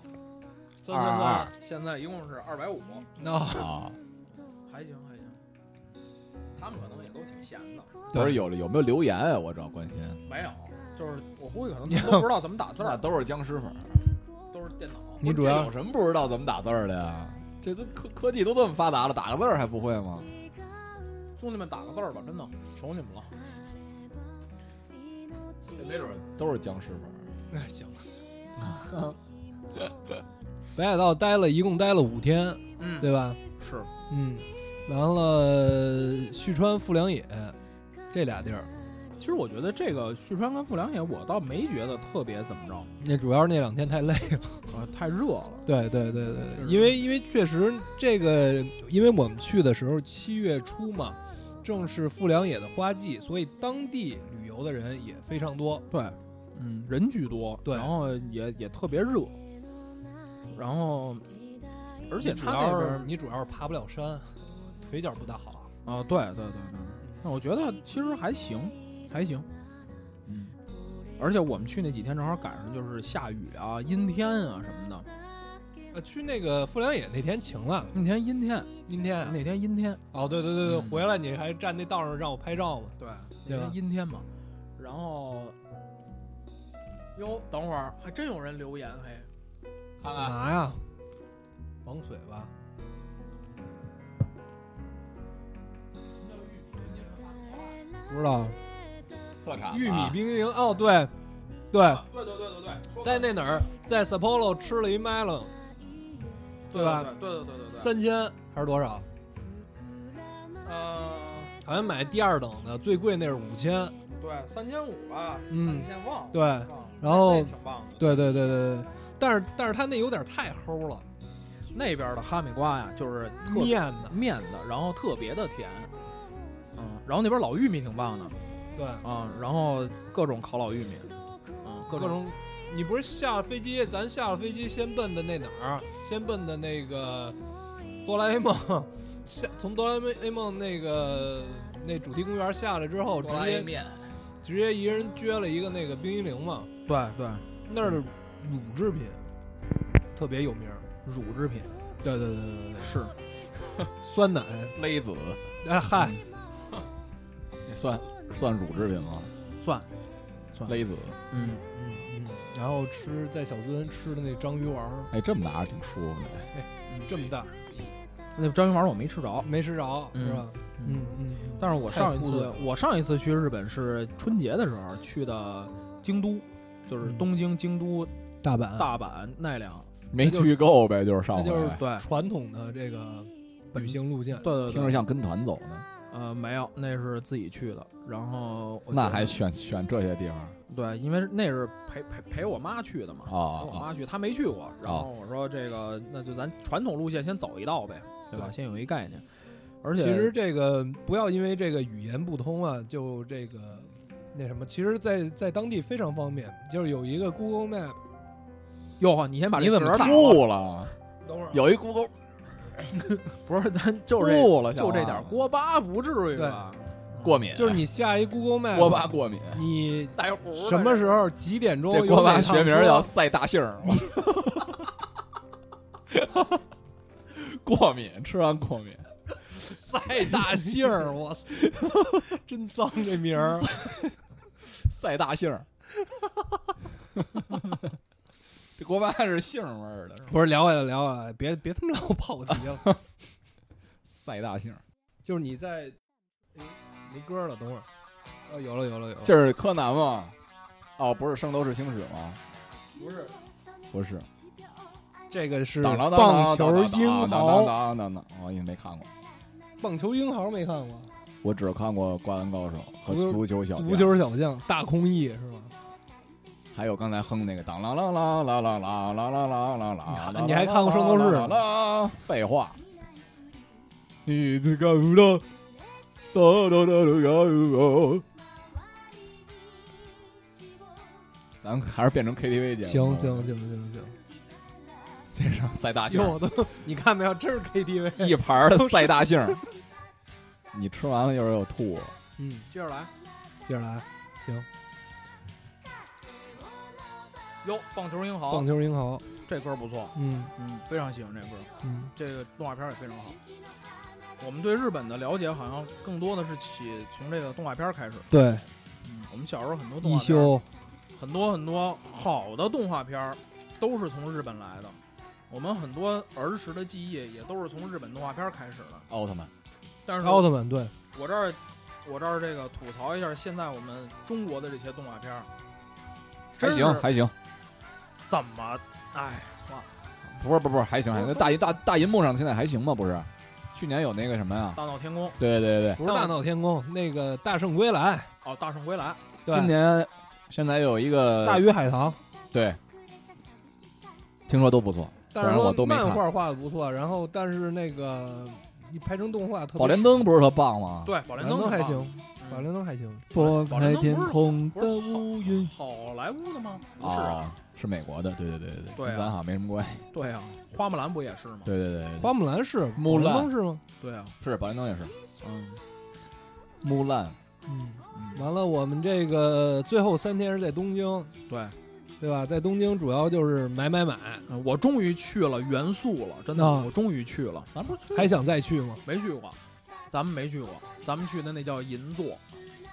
S3: 算算
S5: 二
S3: 算，
S4: 现在一共是二百五，
S3: 那
S5: 啊。
S4: 还行还行，他们可能也都挺闲的。
S5: 不是有有没有留言啊？我主要关心，
S4: 没有，就是我估 [LAUGHS] 计可能他们都不知道怎么打字
S5: 那
S4: 儿，
S5: 都是僵尸粉儿。
S4: 都是电脑。
S3: 你主要
S5: 这有什么不知道怎么打字儿的呀？这都科科技都这么发达了，打个字儿还不会吗？
S4: 兄弟们打个字儿吧，真的，求你们了。
S5: 这没准儿都是僵尸粉儿。
S3: 哎行了。北海道待了一共待了五天，
S4: 嗯，
S3: 对吧？
S4: 是，
S3: 嗯，完了，旭川、富良野这俩地儿，
S4: 其实我觉得这个旭川跟富良野，我倒没觉得特别怎么着，
S3: 那主要是那两天太累了。
S4: 呃，太热了。
S3: 对对对对
S4: 就
S3: 对，
S4: 是
S3: 因为因为确实这个，因为我们去的时候七月初嘛，正是富良野的花季，所以当地旅游的人也非常多。
S4: 对，嗯，人居多，
S3: 对
S4: 然后也也特别热，然后而且
S3: 主
S4: 他那
S3: 要
S4: 边
S3: 是
S4: 儿
S3: 你主要是爬不了山，腿脚不大好。
S4: 啊，对对对对，那我觉得其实还行，还行，嗯。而且我们去那几天正好赶上就是下雨啊、阴天啊什么的，
S3: 呃，去那个富良野那天晴了，
S4: 那天阴天，
S3: 阴天啊。
S4: 那天阴天，
S3: 哦，对对对对，
S4: 嗯
S3: 回来你还站那道上让我拍照嘛？
S4: 对，
S3: 对
S4: 那
S3: 吧
S4: 天阴天嘛。然后，哟，等会儿还真有人留言，嘿，
S5: 看
S4: 啊
S5: 看
S3: 嘛呀？王水吧？不知道。
S5: 特产啊
S3: 玉米冰激凌哦，对，对，
S4: 对对对对对，
S3: 在那哪儿，在 Sapporo 吃了一 melon，对吧？
S4: 对对对对对，
S3: 三千还是多少？
S4: 呃，
S3: 还好像买第二等的最贵那是五千，
S6: 对，三千五吧，三
S3: 嗯
S6: 千忘了。
S3: 对
S6: 忘了
S3: 然后
S6: 那也挺棒的，
S3: 对对对对对，但是但是它那有点太齁了，
S4: 那边的哈密瓜呀，就是特别
S3: 面的，
S4: 面的，然后特别的甜，嗯，然后那边老玉米挺棒的
S3: 对，
S4: 啊、然后各种烤老玉米，嗯，各
S3: 各种。你不是下了飞机，咱下了飞机先奔的那哪儿？先奔的那个哆啦 A 梦， [LAUGHS] 下从哆啦 A 梦那个那主题公园下来之后，直
S6: 哆啦 A
S3: 接
S6: 面，
S3: 直接一人撅了一个那个冰激凌嘛，
S4: 对对，
S3: 那儿的乳制品特别有名儿。
S4: 乳制品
S3: 对对对对对，
S4: 是
S3: [LAUGHS] 酸奶，
S5: 勒子
S3: 哎嗨，
S5: 也算算乳制品吗？
S4: 算，嗯
S5: 勒子，
S4: 嗯，
S3: 嗯嗯，然后吃在小尊吃的那章鱼丸儿，
S5: 哎，这么拿着挺舒服的。
S3: 这么大
S4: 那章鱼丸我没吃着，
S3: 没吃着
S4: 嗯
S3: 是吧？嗯
S4: 嗯
S3: 嗯，嗯
S4: 但是我上一
S3: 太富
S4: 次
S3: 了
S4: 我上一次去日本是春节的时候去的京都，就是东京、京都、
S3: 大阪
S4: 大阪、奈良，
S5: 没去够呗，就是上
S3: 那
S5: 回
S3: 就是
S4: 对
S3: 传统的这个旅行路线，
S4: 对对
S5: 听着
S4: 对，
S5: 像跟团走呢，
S4: 呃，没有，那是自己去的，然后我
S5: 那
S4: 觉得
S5: 还选选这些地方
S4: 对，因为那是陪陪陪我妈去的嘛，陪我
S5: 啊？
S4: 妈去，她没去过，然后我说这个那就咱传统路线先走一道呗，对吧？
S3: 对
S4: 先有一概念，嗯而且
S3: 其实这个不要因为这个语言不通啊，就这个那什么，其实在，在当地非常方便，就是有一个 Google Map。
S4: 哟，你先把
S5: 你
S4: 这
S5: 怎
S4: 嗝
S5: 么
S4: 儿打了，
S5: 吐了？
S3: 等会儿
S5: 有一 Google
S4: 不是咱就这
S5: 吐了，啊
S4: 就这
S5: 小
S4: 点
S5: 王
S4: 儿锅巴不至于
S3: 对
S4: 吧？
S5: 过敏，
S3: 就是你下一 Google Map，
S5: 锅巴过敏。
S3: 你
S6: 带胡
S3: 什么时候几点钟？
S5: 这锅巴
S3: 有哪趟
S5: 学名叫
S3: 车
S5: 赛大杏儿， [LAUGHS] 过敏，吃完过敏。
S3: 赛大杏儿，我操，真脏这名儿。
S5: 赛大杏儿。 [LAUGHS] 这锅巴是杏味儿的，是吧
S3: 不是聊回来聊回来，别别他妈老跑题了。
S5: 赛大杏儿。
S3: 就是你在，哎，没歌了，等会儿。哦，有了有了有了，
S5: 这是柯南吗？哦，不是《圣斗士星矢》吗？
S3: 不是
S5: 不是。
S3: 这个是
S5: 当当当
S3: 棒
S5: 当
S3: 球
S5: 当当
S3: 英
S5: 当当
S3: 豪，
S5: 当当当，我也没看过，
S3: 棒球英豪没看过，
S5: 我只看过《灌篮高手》和
S3: 足球
S5: 《足球小将》，
S3: 足球小将大空翼是吧？
S5: 还有刚才哼那个当啷啷啷啷啷啷啷啷啷啷啷，
S3: 你还看过圣斗士
S5: 啷啷啷啷？废话，你只看不到，哒哒哒哒哒。咱们还是变成 KTV 节目
S3: 行
S5: 吧。
S3: 行行行行，
S5: 这是赛大杏儿，
S3: 有的你看没有？这是 KTV，
S5: [LAUGHS] 一盘儿的赛大杏儿。你吃完了一会儿又吐了，
S3: 嗯，
S4: 接着来，
S3: 接着来，行，
S4: 哟，棒球英豪
S3: 棒球英豪，
S4: 这歌不错，
S3: 嗯
S4: 嗯，非常喜欢这歌，
S3: 嗯，
S4: 这个动画片也非常好。我们对日本的了解好像更多的是起从这个动画片开始。
S3: 对，
S4: 嗯，我们小时候很多动
S3: 一
S4: 画片，
S3: 休，
S4: 很多很多好的动画片儿都是从日本来的。我们很多儿时的记忆也都是从日本动画片开始的。
S5: 奥特曼
S4: 但是
S3: 奥特曼，对，
S4: 我这儿，我这儿这个吐槽一下，现在我们中国的这些动画片儿，
S5: 还
S4: 真是
S5: 行还行，
S4: 怎么，哎，算了，
S5: 不是不是不是还行还行，大银大大银幕上现在还行吗？不是，去年有那个什么呀？
S4: 大闹天宫
S5: 对对对，
S3: 不是大闹天宫，那个大圣归来，
S4: 哦，大圣归来，
S3: 对
S5: 今，年现在有一个
S3: 大鱼海棠，
S5: 对，听说都不错，虽
S3: 但是
S5: 然
S3: 说
S5: 我都没
S3: 漫
S5: 看。
S3: 画画的不错，然后但是那个你拍成动画特别，
S5: 宝莲灯不是特棒吗？
S4: 对，宝
S3: 宝
S4: 莲
S3: 莲灯
S4: 灯
S3: 还
S4: 很棒，
S3: 行，
S4: 嗯
S3: 宝莲灯还行，
S5: 拨
S4: 宝莲灯不是
S5: 空
S4: 不是好，好莱坞的吗？不是啊，
S5: 啊，是美国的，对对对对对，
S4: 对啊
S5: 跟咱好像没什么关系。
S4: 对啊，花木兰不也是吗？
S5: 对对对对，
S3: 花木兰是，
S5: 木
S3: 宝
S5: 兰
S3: 莲灯是吗？
S4: 对啊，
S5: 是宝莲灯也是
S4: 嗯，
S5: 木兰，
S3: 嗯，
S4: 嗯
S3: 完了，我们这个最后三天是在东京，
S4: 对，
S3: 对吧？在东京主要就是买买买，
S4: 呃我终于去了元素了，真的，
S3: 啊
S4: 我终于去了，
S5: 咱不是
S3: 还想再去吗？
S4: 没去过，咱们没去过，咱们去的那叫银座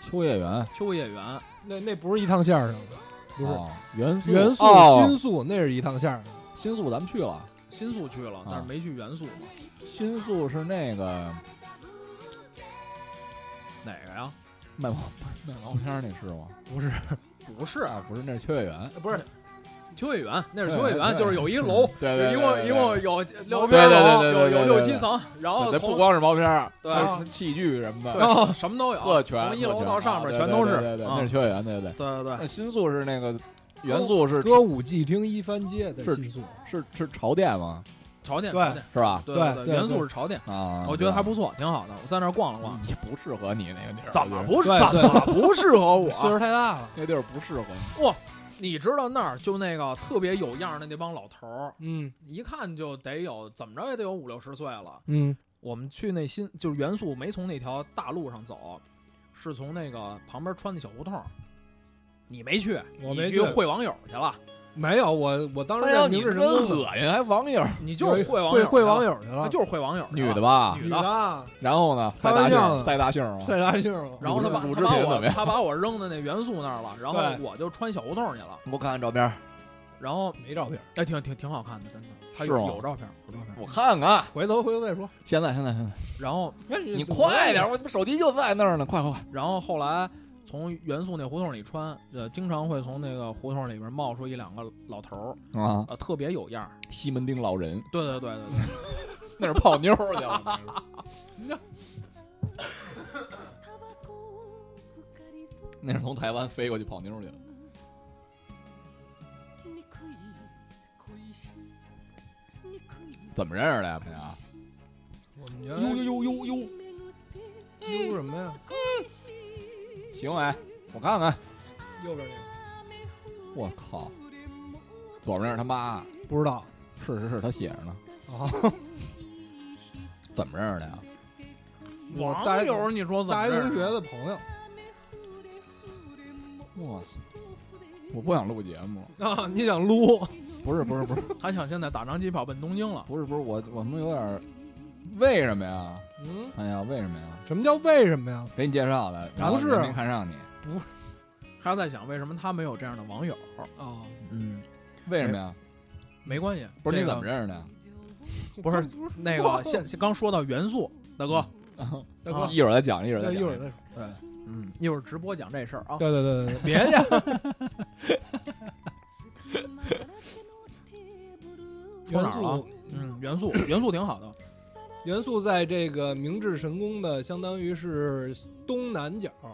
S5: 秋叶原，
S4: 秋叶原，
S3: 那那不是一趟线儿上的，不是、
S5: 哦元素
S3: 元素、
S5: 哦
S3: 新宿，那是一趟线儿上的。
S5: 新宿咱们去了，
S4: 新宿去了，但
S5: 啊
S4: 是没去元素嘛，
S5: 新宿是那个
S4: 哪个呀？
S5: 卖毛卖毛片儿那是吗？
S3: 不是，
S4: 不是，
S5: 啊，不是，那是秋叶原。
S3: 不是，
S4: 秋叶原，那是
S5: 对
S4: 秋叶原，
S5: 对
S4: 就是有一个楼，
S5: 对对对
S4: 一
S5: 对
S4: 共
S5: 对
S4: 一共有
S5: 对
S4: 六边
S5: 对
S4: 楼，
S5: 对对
S4: 有
S5: 对
S4: 有
S5: 对
S4: 六
S5: 对
S4: 七
S5: 对
S4: 层，然后
S5: 这
S4: 哦从
S5: 不光是毛片儿，
S4: 对
S5: 还有器具什么的，
S3: 然后
S4: 什么都有，
S5: 特全，
S4: 从一楼
S5: 特全
S4: 到上面
S5: 啊对
S4: 全都是，
S5: 对对对对那是
S4: 啊
S5: 秋叶原，对对对。
S4: 对对
S5: 那
S4: 对，
S5: 新宿是那个元素是
S3: 歌舞伎町一番街在
S5: 是
S3: 新宿，
S5: 是是潮店吗？
S4: 潮店，
S3: 对
S4: 潮店
S5: 是吧？
S4: 对
S3: 对对
S4: 元素
S3: 对
S4: 是潮店，
S5: 啊，嗯
S4: 我觉得还不错，挺好的，我在那儿逛了逛。
S5: 你不适合你那个地儿，
S4: 怎
S5: 我
S4: 么
S5: 觉得
S4: 不
S3: 对
S4: 怎么不适合
S3: 岁
S5: [LAUGHS]
S4: 我？
S3: 数太大了，
S5: 那地儿不适合你？
S4: 你知道那儿就那个特别有样儿的那帮老头儿，
S3: 嗯
S4: 一看就得有怎么着也得有五六十岁了。
S3: 嗯，
S4: 我们去那新就是元素没从那条大路上走，是从那个旁边穿的小胡同儿。你没去，
S3: 我没
S4: 你
S3: 去
S4: 去会网友去了，
S3: 没有我我当时
S5: 哎
S3: 在
S5: 呀，
S3: 明
S5: 你
S3: 治
S5: 真
S3: 神宫
S5: 恶心，还网友
S4: 你就是
S3: 会
S4: 网
S3: 会
S4: 友，会
S3: 网，友去啊了
S4: 他，就是会网友去了，
S5: 女的哦吧？
S4: 女
S3: 女
S4: 的。
S3: 的
S5: 然后呢？
S3: 开
S5: 塞
S3: 玩
S5: 大
S3: 笑呢
S5: 杏，塞大杏吗？
S3: 晒大杏了，
S4: 然后他把
S5: 乳
S4: 他
S5: 制
S4: 把
S5: 品怎么
S4: 我
S5: 样
S4: 他把我扔到那元素那儿了，然后
S3: 对
S4: 我就穿小胡同去了，
S5: 我看看照片，
S4: 然后
S3: 没照片，
S4: 哎挺挺挺好看的，真的，他
S5: 是
S4: 有
S5: 吗
S4: 有照片有照片，
S5: 我看看。
S3: 回头回头再说，
S5: 现在，现在，现在，
S4: 然后
S5: 你快点！，我他妈手机就在那儿呢，快快快！
S4: 然后后来从元素那胡同里穿，呃，经常会从那个胡同里边冒出一两个老头儿，
S5: 啊，
S4: 呃，特别有样儿。
S5: 西门町老人
S4: 对对对对对，
S5: 那是泡妞儿去了，
S4: [LAUGHS]
S5: 那是那是从台湾飞过去泡妞儿去了。怎么认识的呀，朋友？
S3: 我们原来哎
S2: 呦呦呦！
S3: 悠什么呀？
S5: 行为，我看看，
S3: 右边那
S5: 我靠，左边那是他妈，
S3: 个不知道
S5: 是 ah, 是是，他写着呢。
S3: 啊，
S5: 怎么认识的呀？
S3: 我大
S4: 网
S3: 学
S4: 友你说怎么
S3: 大学
S4: 认
S3: 同
S4: 识啊
S3: 学的朋友
S5: 我操！我不想录节目，
S3: 啊，你想撸？
S5: 不是不是不 [LAUGHS] 是
S4: 他想现在打张机票奔东京了，
S5: 不是不是，我我们有点儿为什么呀？
S3: 嗯，
S5: 哎呀，为什么呀？
S3: 什么叫为什么呀？
S5: 给你介绍了，然后
S3: 不是
S5: 没看上你，
S4: 他在想为什么他没有这样的网友。
S3: 啊，
S4: 嗯，
S5: 为什么呀？
S4: 没关系，
S5: 不是
S4: 这
S5: 你
S4: 个
S5: 怎么认识的呀？
S4: 不是那个现现刚说到元素大哥，
S3: 大哥，
S5: 一会儿再讲，一会儿
S3: 那
S5: 再
S3: 啊一
S5: 讲
S3: 会儿再说。
S4: 嗯，一会儿直播讲这事儿啊。
S3: 对对对对对，别去，
S4: 说哪
S3: 元
S4: 儿了
S3: 素
S4: 嗯，元素元素挺好的，
S3: 元素在这个明治神宫的相当于是东南角，呃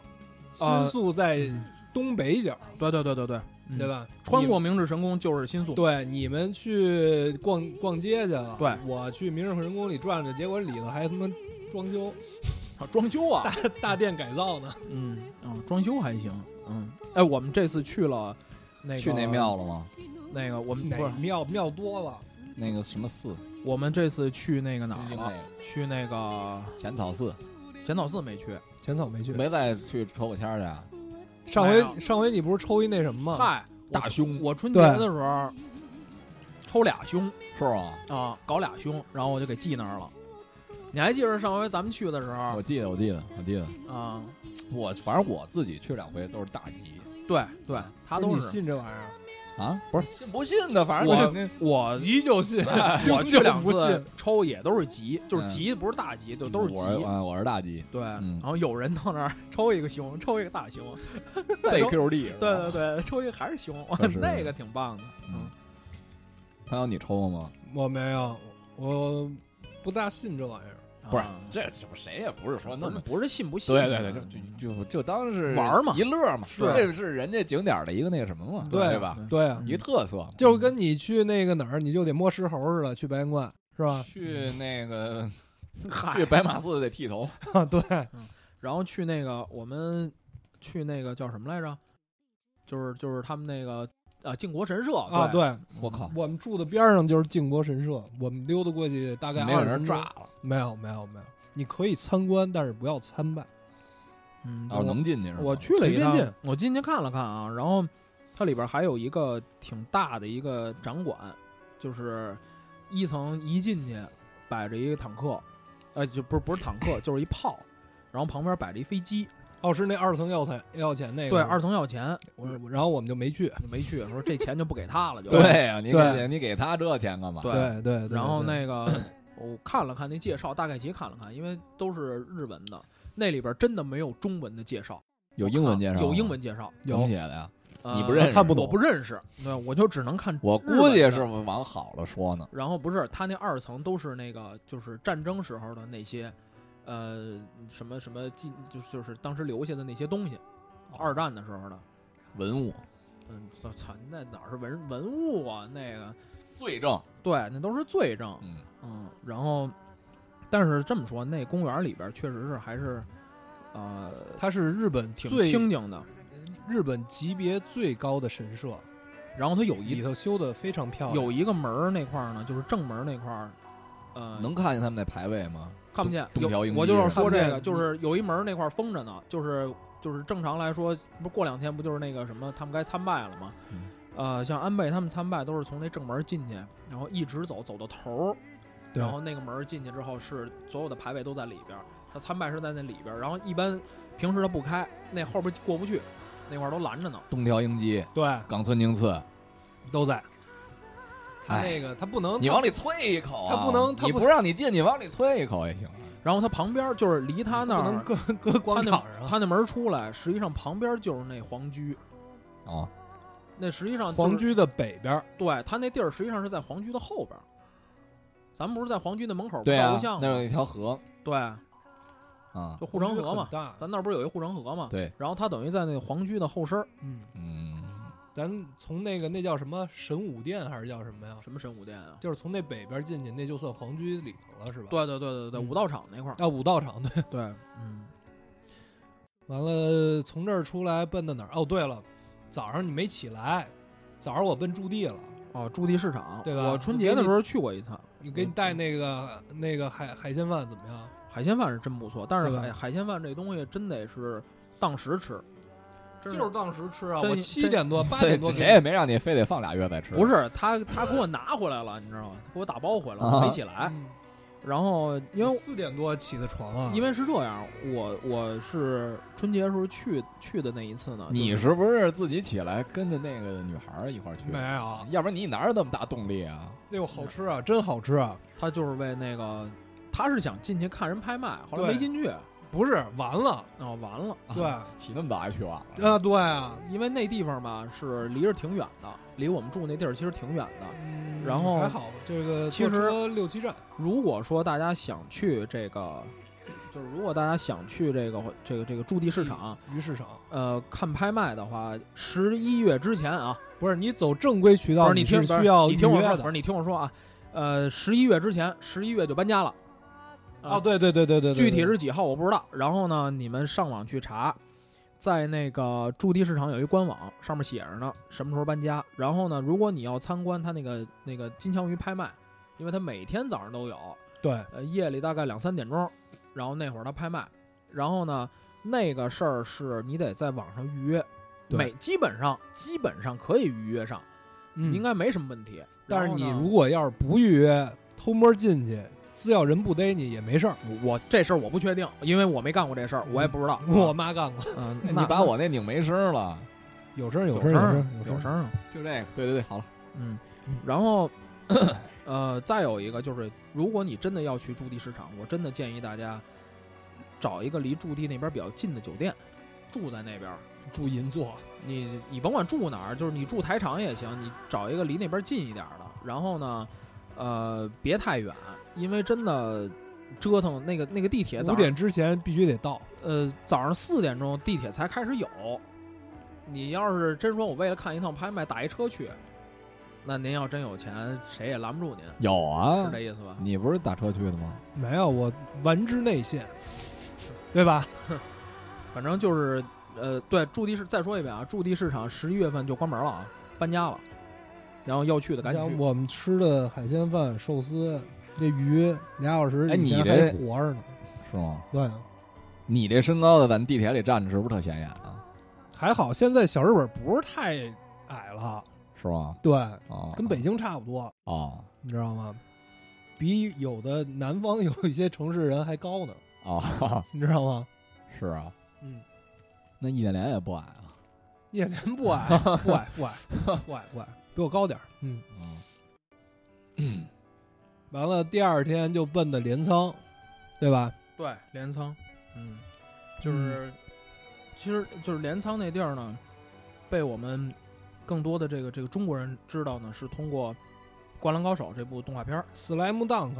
S3: 嗯新宿在东北角，
S4: 对对对对对，嗯
S3: 对？吧？
S4: 穿过
S3: 你
S4: 明治神宫就是新宿，
S3: [LAUGHS] 对你们去逛逛街去了，
S4: 对
S3: 我去明治神宫里转转，结果里头还他妈装修
S4: 啊装修啊，
S3: [LAUGHS] 大殿改造呢。
S4: 嗯，啊，装修还行，嗯，哎，我们这次去了那个
S5: 去那庙了吗？
S4: 那个我
S3: [LAUGHS]
S4: 们
S3: 哪
S4: 不是
S3: 庙庙多了，
S5: 那个什么寺，
S4: 我们这次去那个哪
S5: 最
S4: 儿
S5: 近那
S4: 了？
S5: 个
S4: 去那个
S5: 浅草寺，
S4: 浅草寺没去，
S3: 浅草没去。
S5: 没再去抽过签儿去啊？
S3: 上
S4: 没有
S3: 回上回你不是抽一那什么吗？
S4: 嗨，我
S5: 大胸
S4: 我春节的时候抽俩胸
S5: 是吗？
S4: 啊，搞俩胸，然后我就给记那儿了。你还记着上回咱们去的时候
S5: 我记得，我记得，我记得，
S4: 啊？
S5: 我反正我自己去两回都是大吉
S4: 对对，他
S3: 不
S4: 都
S3: 你
S4: 是
S3: 信这玩意儿？
S5: 啊，不是信不信的，反正
S4: 我
S5: 肯定 [LAUGHS]
S4: 我。哎
S3: 急就信，
S4: 我去
S3: 就
S4: 两
S3: 不
S4: 次
S3: 信
S4: 抽也都是急，就是
S5: 嗯
S4: 急，不是大急，就都是急。
S5: 我啊我是大吉
S4: 对，
S5: 嗯
S4: 然后有人到那儿抽一个熊，抽一个大熊，再抽
S5: ，ZQD 是吧。
S4: 对对对，抽一个还是熊，
S5: 确实
S4: [LAUGHS] 那个挺棒的。
S5: 嗯，他要你抽过吗？
S3: 我没有，我不大信这玩意儿。
S5: 不是
S4: 啊
S5: 这什么谁也不是说那么。
S4: 不是信不信，啊
S5: 对对对，就就就就当是
S4: 玩儿嘛啊
S5: 一乐儿嘛，
S3: 是
S5: 这是人家景点儿的一个那个什么嘛，
S3: 对
S5: 对吧？
S3: 对啊，
S4: 嗯
S5: 一个特色嘛，
S3: 就跟你去那个哪儿，你就得摸石猴似的，去白云观是吧？
S5: 去那个去
S4: 啊 [LAUGHS] 嗨，
S5: 白马寺得
S4: [LAUGHS]
S5: 剃头，
S3: 对，
S4: 然后去那个我们去那个叫什么来着？就是就是他们那个啊靖国神社
S3: 啊，，对，
S5: 我靠，
S3: 我们住的边上就是靖国神社，我们溜达过去大概
S5: 没有
S3: 20
S5: 人
S3: 分
S5: 炸
S3: 钟，
S5: 了，
S3: 没有没有没有，你可以参观，但是不要参拜。
S4: 嗯，
S5: 哦，能进去是吧？
S4: 我去了
S3: 随
S4: 一
S3: 便
S4: 趟，我进去看了看啊，然后它里边还有一个挺大的一个展馆，就是一层一进去摆着一个坦克，呃，就不是不是坦克，就是一炮，然后旁边摆着一飞机，
S3: 哦，是那二层要钱要钱那个，
S4: 对，二层要钱，
S3: 我我然后我们就没去。
S4: 没去，说这钱就不给他了，就
S5: 对啊，你
S3: 对
S5: 给你给他这钱干嘛？
S4: 对
S3: 对对，对
S4: 然后
S3: 对
S4: 那个我看了看那介绍，大概其看了看，因为都是日文的，那里边真的没有中文的介绍，啊
S5: 有英文介绍吗，
S4: 有英文介绍，
S5: 怎么写的呀？
S4: 呃
S5: 你不认识
S3: 看不
S4: 我
S3: 懂
S4: 不认识，对，我就只能看。
S5: 我估计是往好了说呢。
S4: 然后不是他那二层都是那个就是战争时候的那些，呃，什么什么进就就是当时留下的那些东西，
S5: 哦
S4: 二战的时候的。
S5: 文物
S4: 嗯，操操，那哪儿是文文物啊？那个
S5: 罪证，
S4: 对，那都是罪证。
S5: 嗯，
S4: 嗯，然后，但是这么说，那公园里边确实是还是，呃，
S3: 它是日本
S4: 挺
S3: 最
S4: 清静的。
S3: 日本级别最高的神社，
S4: 然后它有
S3: 里
S4: 一
S3: 头修的非常漂亮。
S4: 有一个门儿那块儿呢，就是正门儿那块儿，呃，
S5: 能看见他们那牌位吗？
S4: 看不见。
S5: 东东
S4: 有
S5: 条英机
S4: 我就是要
S5: 是吧
S4: 说这
S3: 看不见
S4: 个，
S3: 嗯
S4: 就是有一门儿那块儿封着呢，就是就是正常来说，不过两天不就是那个什么他们该参拜了吗？
S5: 嗯
S4: 呃，像安倍他们参拜都是从那正门儿进去，然后一直走走到头儿，
S3: 对
S4: 然后那个门儿进去之后是所有的牌位都在里边儿，他参拜是在那里边儿，然后一般平时他不开，那后边过不去，那块儿都拦着呢。
S5: 东条英机、
S3: 对
S5: 冈村宁次，
S3: 都在，它
S5: 哎
S3: 那个它不能
S5: 你往里啐一口啊！
S3: 他不能他
S5: 你
S3: 不
S5: 不让你进，你往里啐一口也行啊。
S4: 然后他旁边儿就是离
S3: 它
S4: 他那
S3: 嗯不能
S4: 儿，
S3: 搁搁
S4: 他
S3: 广
S4: 那
S3: 场上。
S4: 他那门儿出来，实际上旁边儿就是那皇居，
S5: 哦，
S4: 那实际上就是
S3: 皇居的北边儿，
S4: 对他那地儿实际上是在皇居的后边儿，咱们不是在皇居的门口儿
S5: 对
S4: 照
S5: 啊
S4: 过，相
S5: 那有
S4: 吗？
S5: 一条河
S4: 对，
S5: 啊，
S4: 就护城河
S3: 皇居
S4: 嘛
S3: 很，大，
S4: 咱那儿不是有一护城河嘛？
S5: 对，
S4: 然后他等于在那皇居的后身儿，
S3: 嗯，
S5: 嗯，
S3: 咱从那个那叫什么神武殿还是叫什么呀？
S4: 什么神武殿啊？
S3: 就是从那北边进去，那就算皇居里头了，是吧？，
S4: 对对对对对，
S3: 嗯
S4: 武道场那
S3: [LAUGHS]
S4: 块儿。
S3: 啊，武道场对。
S4: 对，嗯，
S3: 完了，从这儿出来奔到哪儿？哦，对了，早上你没起来，早上我奔驻地了，
S4: 哦，驻地市场，
S3: 对吧
S4: 我春节的时候去过一趟，
S3: 你给你带那个
S4: 嗯
S3: 那个海海鲜饭怎么样？
S4: 海鲜饭是真不错，但是
S3: 对吧
S4: 海海鲜饭这东西真得是当时吃，真
S3: 就是当时吃啊，
S4: 真
S3: 我七点多八点
S5: 对
S3: 多
S5: 谁也没让你非得放俩月再吃。
S4: 不是他他给我拿回来了，你知道吗？他给我打包回来了，
S5: 啊
S4: 我没起来。
S3: 嗯
S4: 然后因为
S3: 四点多起的床啊，
S4: 因为是这样，我我是春节的时候去去的那一次呢，
S5: 你
S4: 就是
S5: 不是自己起来跟着那个女孩儿一块儿去？啊
S3: 没有，
S5: 要不然你哪有那么大动力啊？
S3: 哎呦，好
S4: 嗯
S3: 吃啊，真好吃啊！
S4: 他就是为那个，他是想进去看人拍卖，后来没
S3: 对
S4: 进去，
S3: 不是完了，
S4: 哦，完了，
S3: 对，
S5: 起那么早还去晚了？
S3: 啊，对啊，
S4: 因为那地方吧是离着挺远的，离我们住那地儿其实挺远的。
S3: 嗯
S4: 然后
S3: 还好，这个
S4: 其实
S3: 坐车六七站，
S4: 如果说大家想去这个，就是如果大家想去这个这个这个驻地市场，
S3: 鱼市场
S4: 呃，看拍卖的话，十一月之前啊，
S3: 不是你走正规渠
S4: 不
S3: 道，
S4: 是你听
S3: 是，
S4: 不是
S3: 需要
S4: 你
S3: 预
S4: 听我
S3: 约
S4: 说，不是
S3: 的。
S4: 你听我说啊，呃，十一月之前，十一月就搬家了。啊
S3: 哦，对对对对对，对
S4: 具体是几号我不知道。然后呢，你们上网去查，在那个驻地市场有一官网，上面写着呢什么时候搬家。然后呢，如果你要参观他那个那个金枪鱼拍卖，因为他每天早上都有，
S3: 对
S4: 呃，夜里大概两三点钟，然后那会儿他拍卖。然后呢，那个事儿是你得在网上预约，
S3: 对
S4: 每基本上基本上可以预约上，
S3: 嗯
S4: 应该没什么问题。
S3: 但是
S4: 然后
S3: 你
S4: 呢
S3: 如果要是不预约，偷摸进去，只要人不逮你也没事儿。
S4: 我我这事儿我不确定，因为我没干过这事儿，我也不知道。
S3: 我妈干过，
S4: 嗯，
S5: 你
S4: 那
S5: 把我那拧没声儿了，
S3: [LAUGHS] 有声儿
S4: 有
S3: 声
S4: 声
S3: 儿
S4: 儿
S3: 有声儿
S4: 有
S3: 有
S4: 声
S3: 声儿。
S4: 儿啊，
S5: 就这个。对对对，好了，
S4: 嗯
S3: 嗯，
S4: 然后 [CLEARS THROAT] 呃，再有一个就是，如果你真的要去驻地市场，我真的建议大家找一个离驻地那边比较近的酒店，住在那边儿。
S3: 住银座，
S4: 你你甭管住哪儿，就是你住台场也行，你找一个离那边近一点儿的。然后呢，呃，别太远，因为真的折腾那个那个地铁早
S3: 五
S4: 上
S3: 点之前必须得到。
S4: 呃，早上四点钟地铁才开始有。你要是真说我为了看一趟拍卖打一车去，那您要真有钱，谁也拦不住您，
S5: 有啊
S4: 是这，意思吧？
S5: 你不是打车去的吗？
S3: 没有，我玩之内线，对吧？
S4: 反正就是，呃，对，驻地市再说一遍啊，驻地市场十一月份就关门了啊，搬家了。然后要去的赶紧
S3: 像
S4: 去。
S3: 我们吃的海鲜饭、寿司，这鱼俩小时
S5: 哎
S3: 以前
S5: 你
S3: 还
S5: 这
S3: 活着呢。
S5: 是吗？
S3: 对，
S5: 你这身高的，咱地铁里站着是不是特显眼啊？
S3: 还好现在小日本不是太矮了，
S5: 是吗？
S3: 对，
S5: 啊，
S3: 跟北京差不多，
S5: 哦
S3: 你知道吗？比有的南方有一些城市人还高呢，
S5: 哦， [LAUGHS]
S3: 你知道吗？
S5: 是啊，
S3: 嗯，
S5: 那易建联也不矮啊。
S3: 叶莲不
S4: [LAUGHS]
S3: 矮，不矮，不矮，不矮，不矮，比我高点儿。嗯，
S5: 嗯，
S3: 完了，第二天就奔的镰仓，对吧？
S4: 对，镰仓，嗯，就是，其实就是镰仓那地儿呢，被我们更多的这个这个中国人知道呢，是通过《灌篮高手》这部动画片儿，
S3: 史莱姆 dunk，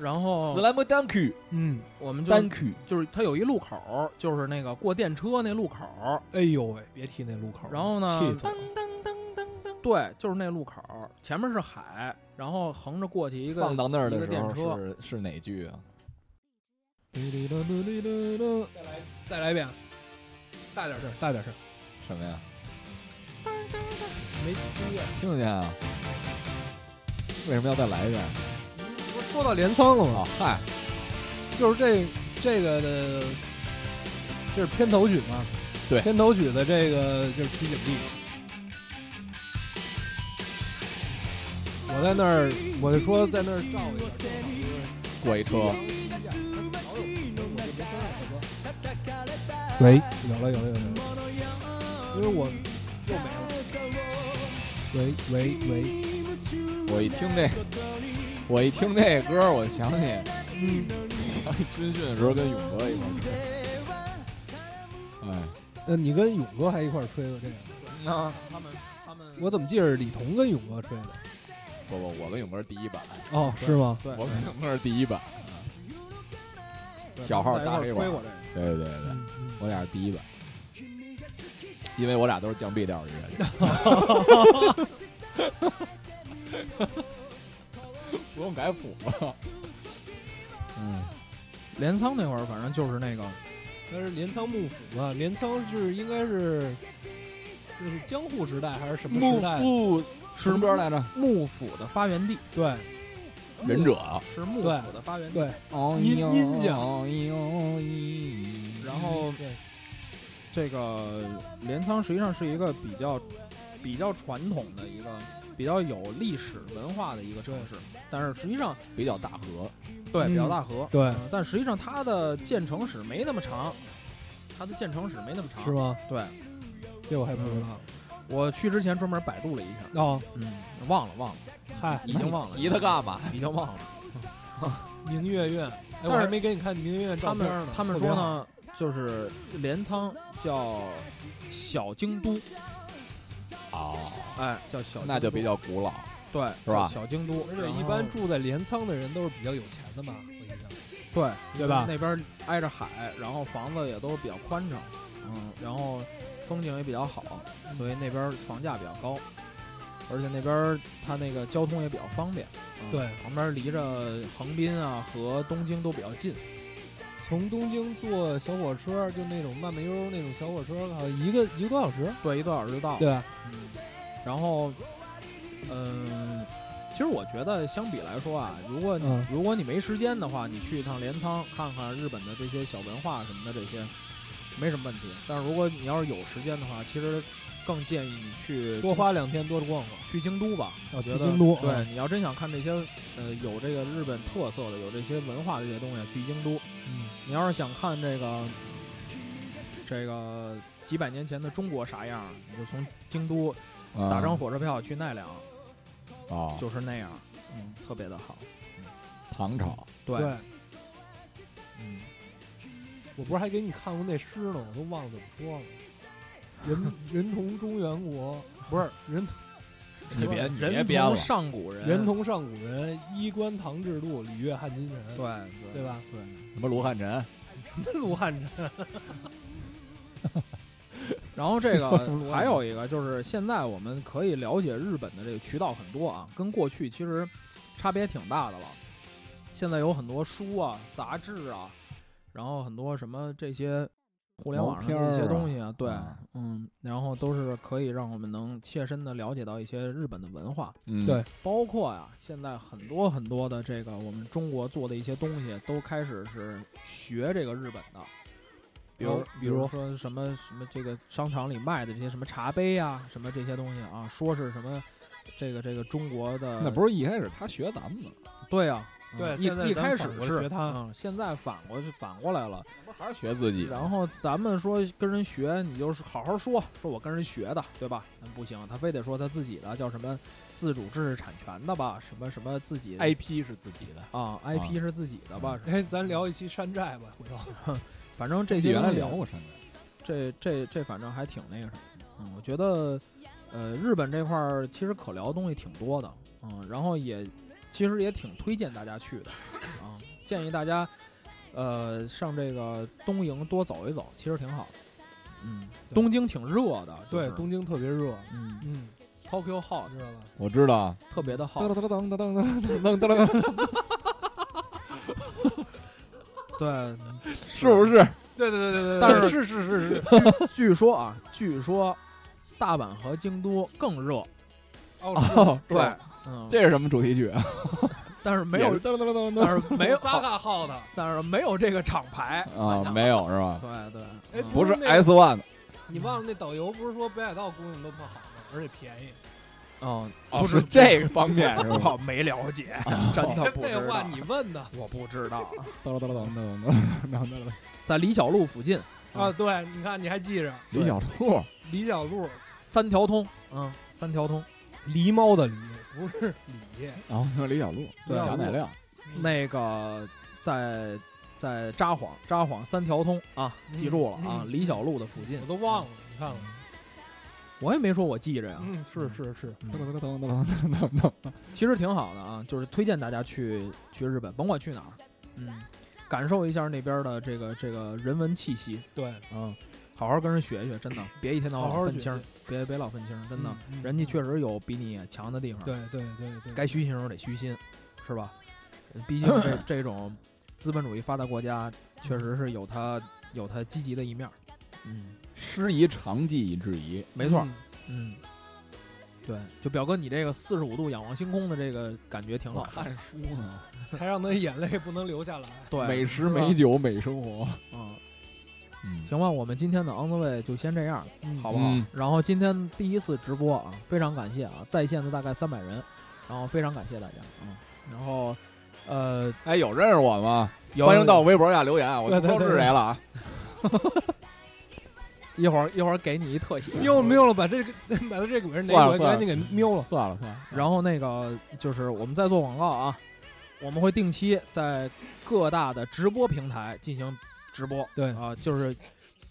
S4: 然后
S5: 莱姆 Dunk
S3: 嗯，
S4: 我们就
S5: Dunk，
S4: 就是它有一路口儿，就是那个过电车那路口儿，
S3: 哎呦喂，别提那路口了，
S4: 然后呢
S3: 气死我了
S4: 对，就是那路口儿，前面是海，然后横着过去一个
S5: 放到那儿
S4: 一
S5: 的
S4: 个
S5: 时
S4: 电
S5: 候
S4: 车，
S5: 是是哪句啊？
S3: 嘟哩嘟嘟哩嘟嘟再来再来一遍啊，大点声，大点声，
S5: 什么呀？
S3: 没听见。
S5: 听得见啊？为什么要再来一遍？
S3: 不是说到镰仓了吗？
S5: 嗨，
S3: 就是这这个的，这是片头曲嘛？
S5: 对
S3: 片头曲的这个就是取景地。我在那儿，我就说在那儿照一下，
S5: 过一车，
S3: 喂，有了有了有了，因为我又没了。喂喂喂，
S5: 我一听这，我一听这歌，我想起，
S4: 嗯
S5: 想起军训的时候跟勇哥一块儿吹。哎，
S3: 呃，你跟勇哥还一块儿吹过这个？
S5: 那
S4: 他们他们
S3: 我怎么记着李彤跟勇哥吹的？
S5: 不不，我跟勇哥是第一版，
S3: 哦，是吗？
S4: 对
S5: 我跟勇哥是第一版。
S4: 对
S5: 小号
S4: 在一块
S5: 搭
S4: 儿
S5: 黑
S4: 吹
S5: 网
S4: 过这个，
S5: 对对对，
S4: 嗯
S5: 我俩是第一版，因为我俩都是降 B 调的 [LAUGHS] 乐队。不用改谱了。嗯，
S4: 镰仓那会儿，反正就是那个
S3: 但是镰仓幕府嘛，镰仓是应该是那是江户时代还是什么时代？
S5: 父
S4: 是
S5: 什么歌来着？
S4: 幕府的发源地，
S3: 对，
S5: 忍者啊。
S4: 是幕府的发源地。
S3: 对
S5: 哦
S3: 阴
S5: 呦
S3: 阴讲
S5: 哦呦哦咦
S4: 然后
S3: 对，
S4: 这个镰仓实际上是一个比较比较传统的一个比较有历史文化的一个城市，但是实际上
S5: 比较大河，
S4: 对
S3: 嗯
S4: 比较大河，
S3: 对
S4: 呃但实际上它的建成史没那么长，它的建成史没那么长，
S3: 是？吗？
S4: 对，
S3: 这我还不知道。
S4: 我去之前专门百度了一下，
S3: 哦，
S4: 嗯，忘了忘了，
S3: 嗨，
S4: 已经忘了，
S5: 提它干嘛？
S4: 已经忘了。
S3: 明月院，哎，
S4: 但是
S3: 我还没给你看明月院
S4: 他
S3: 照片
S4: 们
S3: 呢。
S4: 他们
S3: 特别
S4: 说
S3: 好，
S4: 呢，就是镰仓叫小京都，
S5: 哦，
S4: 哎，叫小京都
S5: 那就比较古老。
S4: 对，
S5: 是吧
S4: 叫小京都，
S3: 而
S4: 然
S3: 且
S4: 后
S3: 一般住在镰仓的人都是比较有钱的嘛，我印象。
S4: 对
S3: 对吧
S4: 那边挨着海，然后房子也都比较宽敞，嗯，然后风景也比较好，所以那边房价比较高，而且那边它那个交通也比较方便，嗯
S3: 对
S4: 旁边离着横滨啊和东京都比较近，
S3: 从东京坐小火车，就那种慢慢悠悠那种小火车，好像一个一个多小时，
S4: 对，一个多小时就到了。
S3: 对吧？
S4: 嗯，然后，嗯，其实我觉得相比来说啊，如果你、
S3: 嗯
S4: 如果你没时间的话，你去一趟镰仓看看日本的这些小文化什么的这些，没什么问题。但是如果你要是有时间的话，其实更建议你去
S3: 多花两天多逛逛。
S4: 去京都吧。
S3: 啊
S4: 我觉得
S3: 去京都
S4: 对
S3: 嗯，
S4: 你要真想看这些呃有这个日本特色的、有这些文化的这些东西，啊去京都。
S3: 嗯，
S4: 你要是想看这个这个几百年前的中国啥样，你就从京都
S5: 嗯
S4: 打张火车票去奈良，
S5: 啊，
S4: 就是那样，嗯，特别的好。
S5: 唐朝，
S4: 对，
S3: 对，
S4: 嗯，
S3: 我不是还给你看过那诗呢，我都忘了怎么说了。人人同中原国，不是人
S5: 你别你别
S4: 人
S5: 编
S4: 同
S5: 了，
S4: 上古人，
S3: 人同上古人，衣冠唐制度，礼乐汉金臣，
S4: 对
S3: 对？吧？ [LAUGHS]
S4: 对，
S5: 什么卢汉臣，
S3: 卢汉臣，
S4: 然后这个还有一个就是，现在我们可以了解日本的这个渠道很多啊，跟过去其实差别挺大的了。现在有很多书啊、杂志啊，然后很多什么这些互联网上
S5: 毛片儿
S4: 的
S5: 啊
S4: 一些东西啊，对
S5: 啊，
S4: 嗯，然后都是可以让我们能切身的了解到一些日本的文化。
S5: 嗯
S3: 对
S4: 包括呀、现在很多很多的这个我们中国做的一些东西，都开始是学这个日本的，比如、
S3: 哦
S4: 比
S3: 比
S4: 如
S3: 如
S4: 说什么什么这个商场里卖的这些什么茶杯啊，什么这些东西啊，说是什么这个这个中国的，
S5: 那不是一开始他学咱们的，
S4: 对啊，嗯
S3: 对现在
S4: 一一
S3: 咱
S4: 开
S3: 反
S4: 始
S3: 过来
S4: 是
S3: 学它
S4: 嗯，现在反过去反过来了，
S5: 不还是学自己？
S4: 然后咱们说跟人学，你就是好好说，说我跟人学的，对吧？那不行，他非得说他自己的叫什么自主知识产权的吧，什么什么自己
S5: IP 是自己的，嗯
S4: 啊，IP 是自己的吧？是吧
S3: 哎，咱聊一期山寨吧，回头
S4: 反正这些
S5: 原来
S4: 东西
S5: 聊过山寨，
S4: 这这这反正还挺那个什么的。嗯，我觉得，呃，日本这块儿其实可聊的东西挺多的，嗯，然后也其实也挺推荐大家去的，啊、建议大家，呃，上这个东营多走一走，其实挺好的嗯，
S3: 对
S4: 东京挺热的，就是
S3: 对，东京特别热，
S4: 嗯
S3: 嗯，
S4: ，Tokyo hot
S3: 知道吧？
S5: 我知道。
S4: 特别的 hot，
S5: 噔噔噔噔噔噔噔噔噔，
S4: 对，
S5: 是不是？
S3: 对对对对对，
S4: 但是
S3: 是是是是，
S4: 据说啊，据说大阪和京都更热，
S3: 哦，
S5: 哦，是
S4: 对，嗯，
S5: 这是什么主题曲啊？
S4: 但是没有
S5: 也是，噔噔噔噔
S4: 但是
S3: [LAUGHS]
S4: 没有，嗯
S3: 萨卡号的，
S4: 但是没有这个厂牌
S5: 噔啊，没有是吧？
S4: 对对，
S3: 哎
S4: 嗯
S5: 不是
S3: 那个
S5: S One
S3: 你忘了那导游不是说北海道姑娘都特好吗？而且便宜。
S4: 哦，
S5: 哦，
S4: 不
S5: 是这个方面是
S4: 我
S3: 哦
S5: 吧？
S4: 没了 [LAUGHS] 解，真的不
S3: 废
S4: 知
S3: 话，
S4: 道，
S3: 你问的
S4: 我不知道，
S5: 噔噔噔噔噔噔噔噔噔，
S4: 在李小璐附近，
S3: 啊？对，你看你还记着
S5: 李小璐，
S3: 李小璐，
S4: 三条通，嗯，三条通，
S3: 狸猫的狸，不是李。
S5: 然后说李小璐，
S4: 对
S5: 贾乃亮，
S3: 嗯
S4: 那个在在札幌，札幌三条通啊，
S3: 嗯
S4: 记住了啊，
S3: 嗯
S4: 李小璐的附近
S3: 我，都忘了，你看看，
S4: 我也没说我记着呀，
S3: 嗯，是是是，
S5: 噔噔噔噔噔噔噔噔，
S4: 其实挺好的啊，就是推荐大家去去日本，甭管去哪儿，嗯，感受一下那边的这个这个人文气息，
S3: 对，
S4: 嗯，好好跟人学一学，真的，别一天到晚
S3: 好好
S4: 老愤
S3: 学
S4: 青儿
S3: 学，
S4: 别别老愤青儿，真的，
S3: 嗯，嗯
S4: 人家确实有比你强的地方，
S3: 对对对对，嗯
S4: 该虚心时候得虚心，是吧？呃毕竟这
S5: 嗯
S4: 这种资本主义发达国家，确实是有它有它积极的一面儿，嗯，
S5: 师夷长技以制夷，
S4: 没错儿，
S3: 嗯
S4: 嗯。对，就表哥，你这个四十五度仰望星空的这个感觉挺
S5: 我
S4: 好。
S5: 看书呢，
S3: 才让他眼泪不能流下来。
S4: 对，
S5: 美食
S4: 是吧
S5: 美酒美生活，
S4: 嗯，
S5: 嗯，
S4: 行吧，我们今天的 On the Way 就先这样，好不好？
S5: 嗯
S4: 然后今天第一次直播啊，非常感谢啊，在线的大概三百人，然后非常感谢大家啊、然后，呃，
S5: 哎，有认识我吗？
S4: 有
S5: 欢迎到我微博下留言啊，我
S3: 对
S5: 都
S3: 对
S5: 不知道是谁了啊。
S4: 一会儿一会儿给你一特写。
S3: 瞄了瞄了，把这个 [LAUGHS] 把他这个人
S5: 算
S3: 哪
S5: 了
S3: 个
S5: 算
S3: 赶
S5: 了
S3: 紧给瞄了。
S5: 算了算了，
S4: 然后那个就是我们在做广告啊，我们会定期在各大的直播平台进行直播
S3: 对，
S4: 啊，就是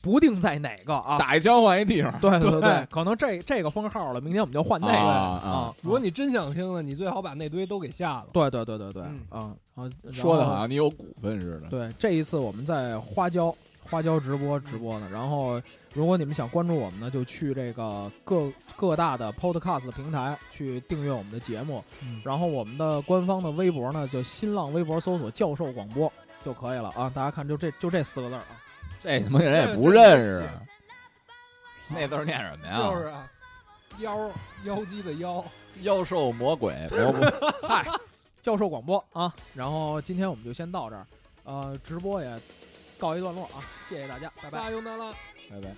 S4: 不定在哪个啊。
S5: 打一枪换一地方。
S4: 对对对
S3: 对
S4: 可能这这个封号了，明天我们就换那个
S5: 啊
S4: 啊
S5: 啊
S3: 如果你真想听呢，你最好把那堆都给下了。
S4: 对对对对对，
S3: 嗯
S4: 啊啊，然
S5: 说的
S4: 后
S5: 好像你有股份似的。
S4: 对，这一次我们在花椒花椒直播直播呢。然后，如果你们想关注我们呢，就去这个各各大的 Podcast 的平台去订阅我们的节目。
S3: 嗯
S4: 然后，我们的官方的微博呢，就新浪微博搜索“教授广播”就可以了啊。大家看，就这就这四个字儿啊。
S5: 这他妈人也不认识。啊那字儿念什么呀？
S3: 就是啊，妖妖姬的妖，
S5: 妖兽魔鬼 [LAUGHS] 魔不
S4: 嗨，教授广播啊。然后今天我们就先到这儿，呃，直播也告一段落啊，谢谢大家，拜拜。
S3: 撒尤那拉。
S5: 拜拜。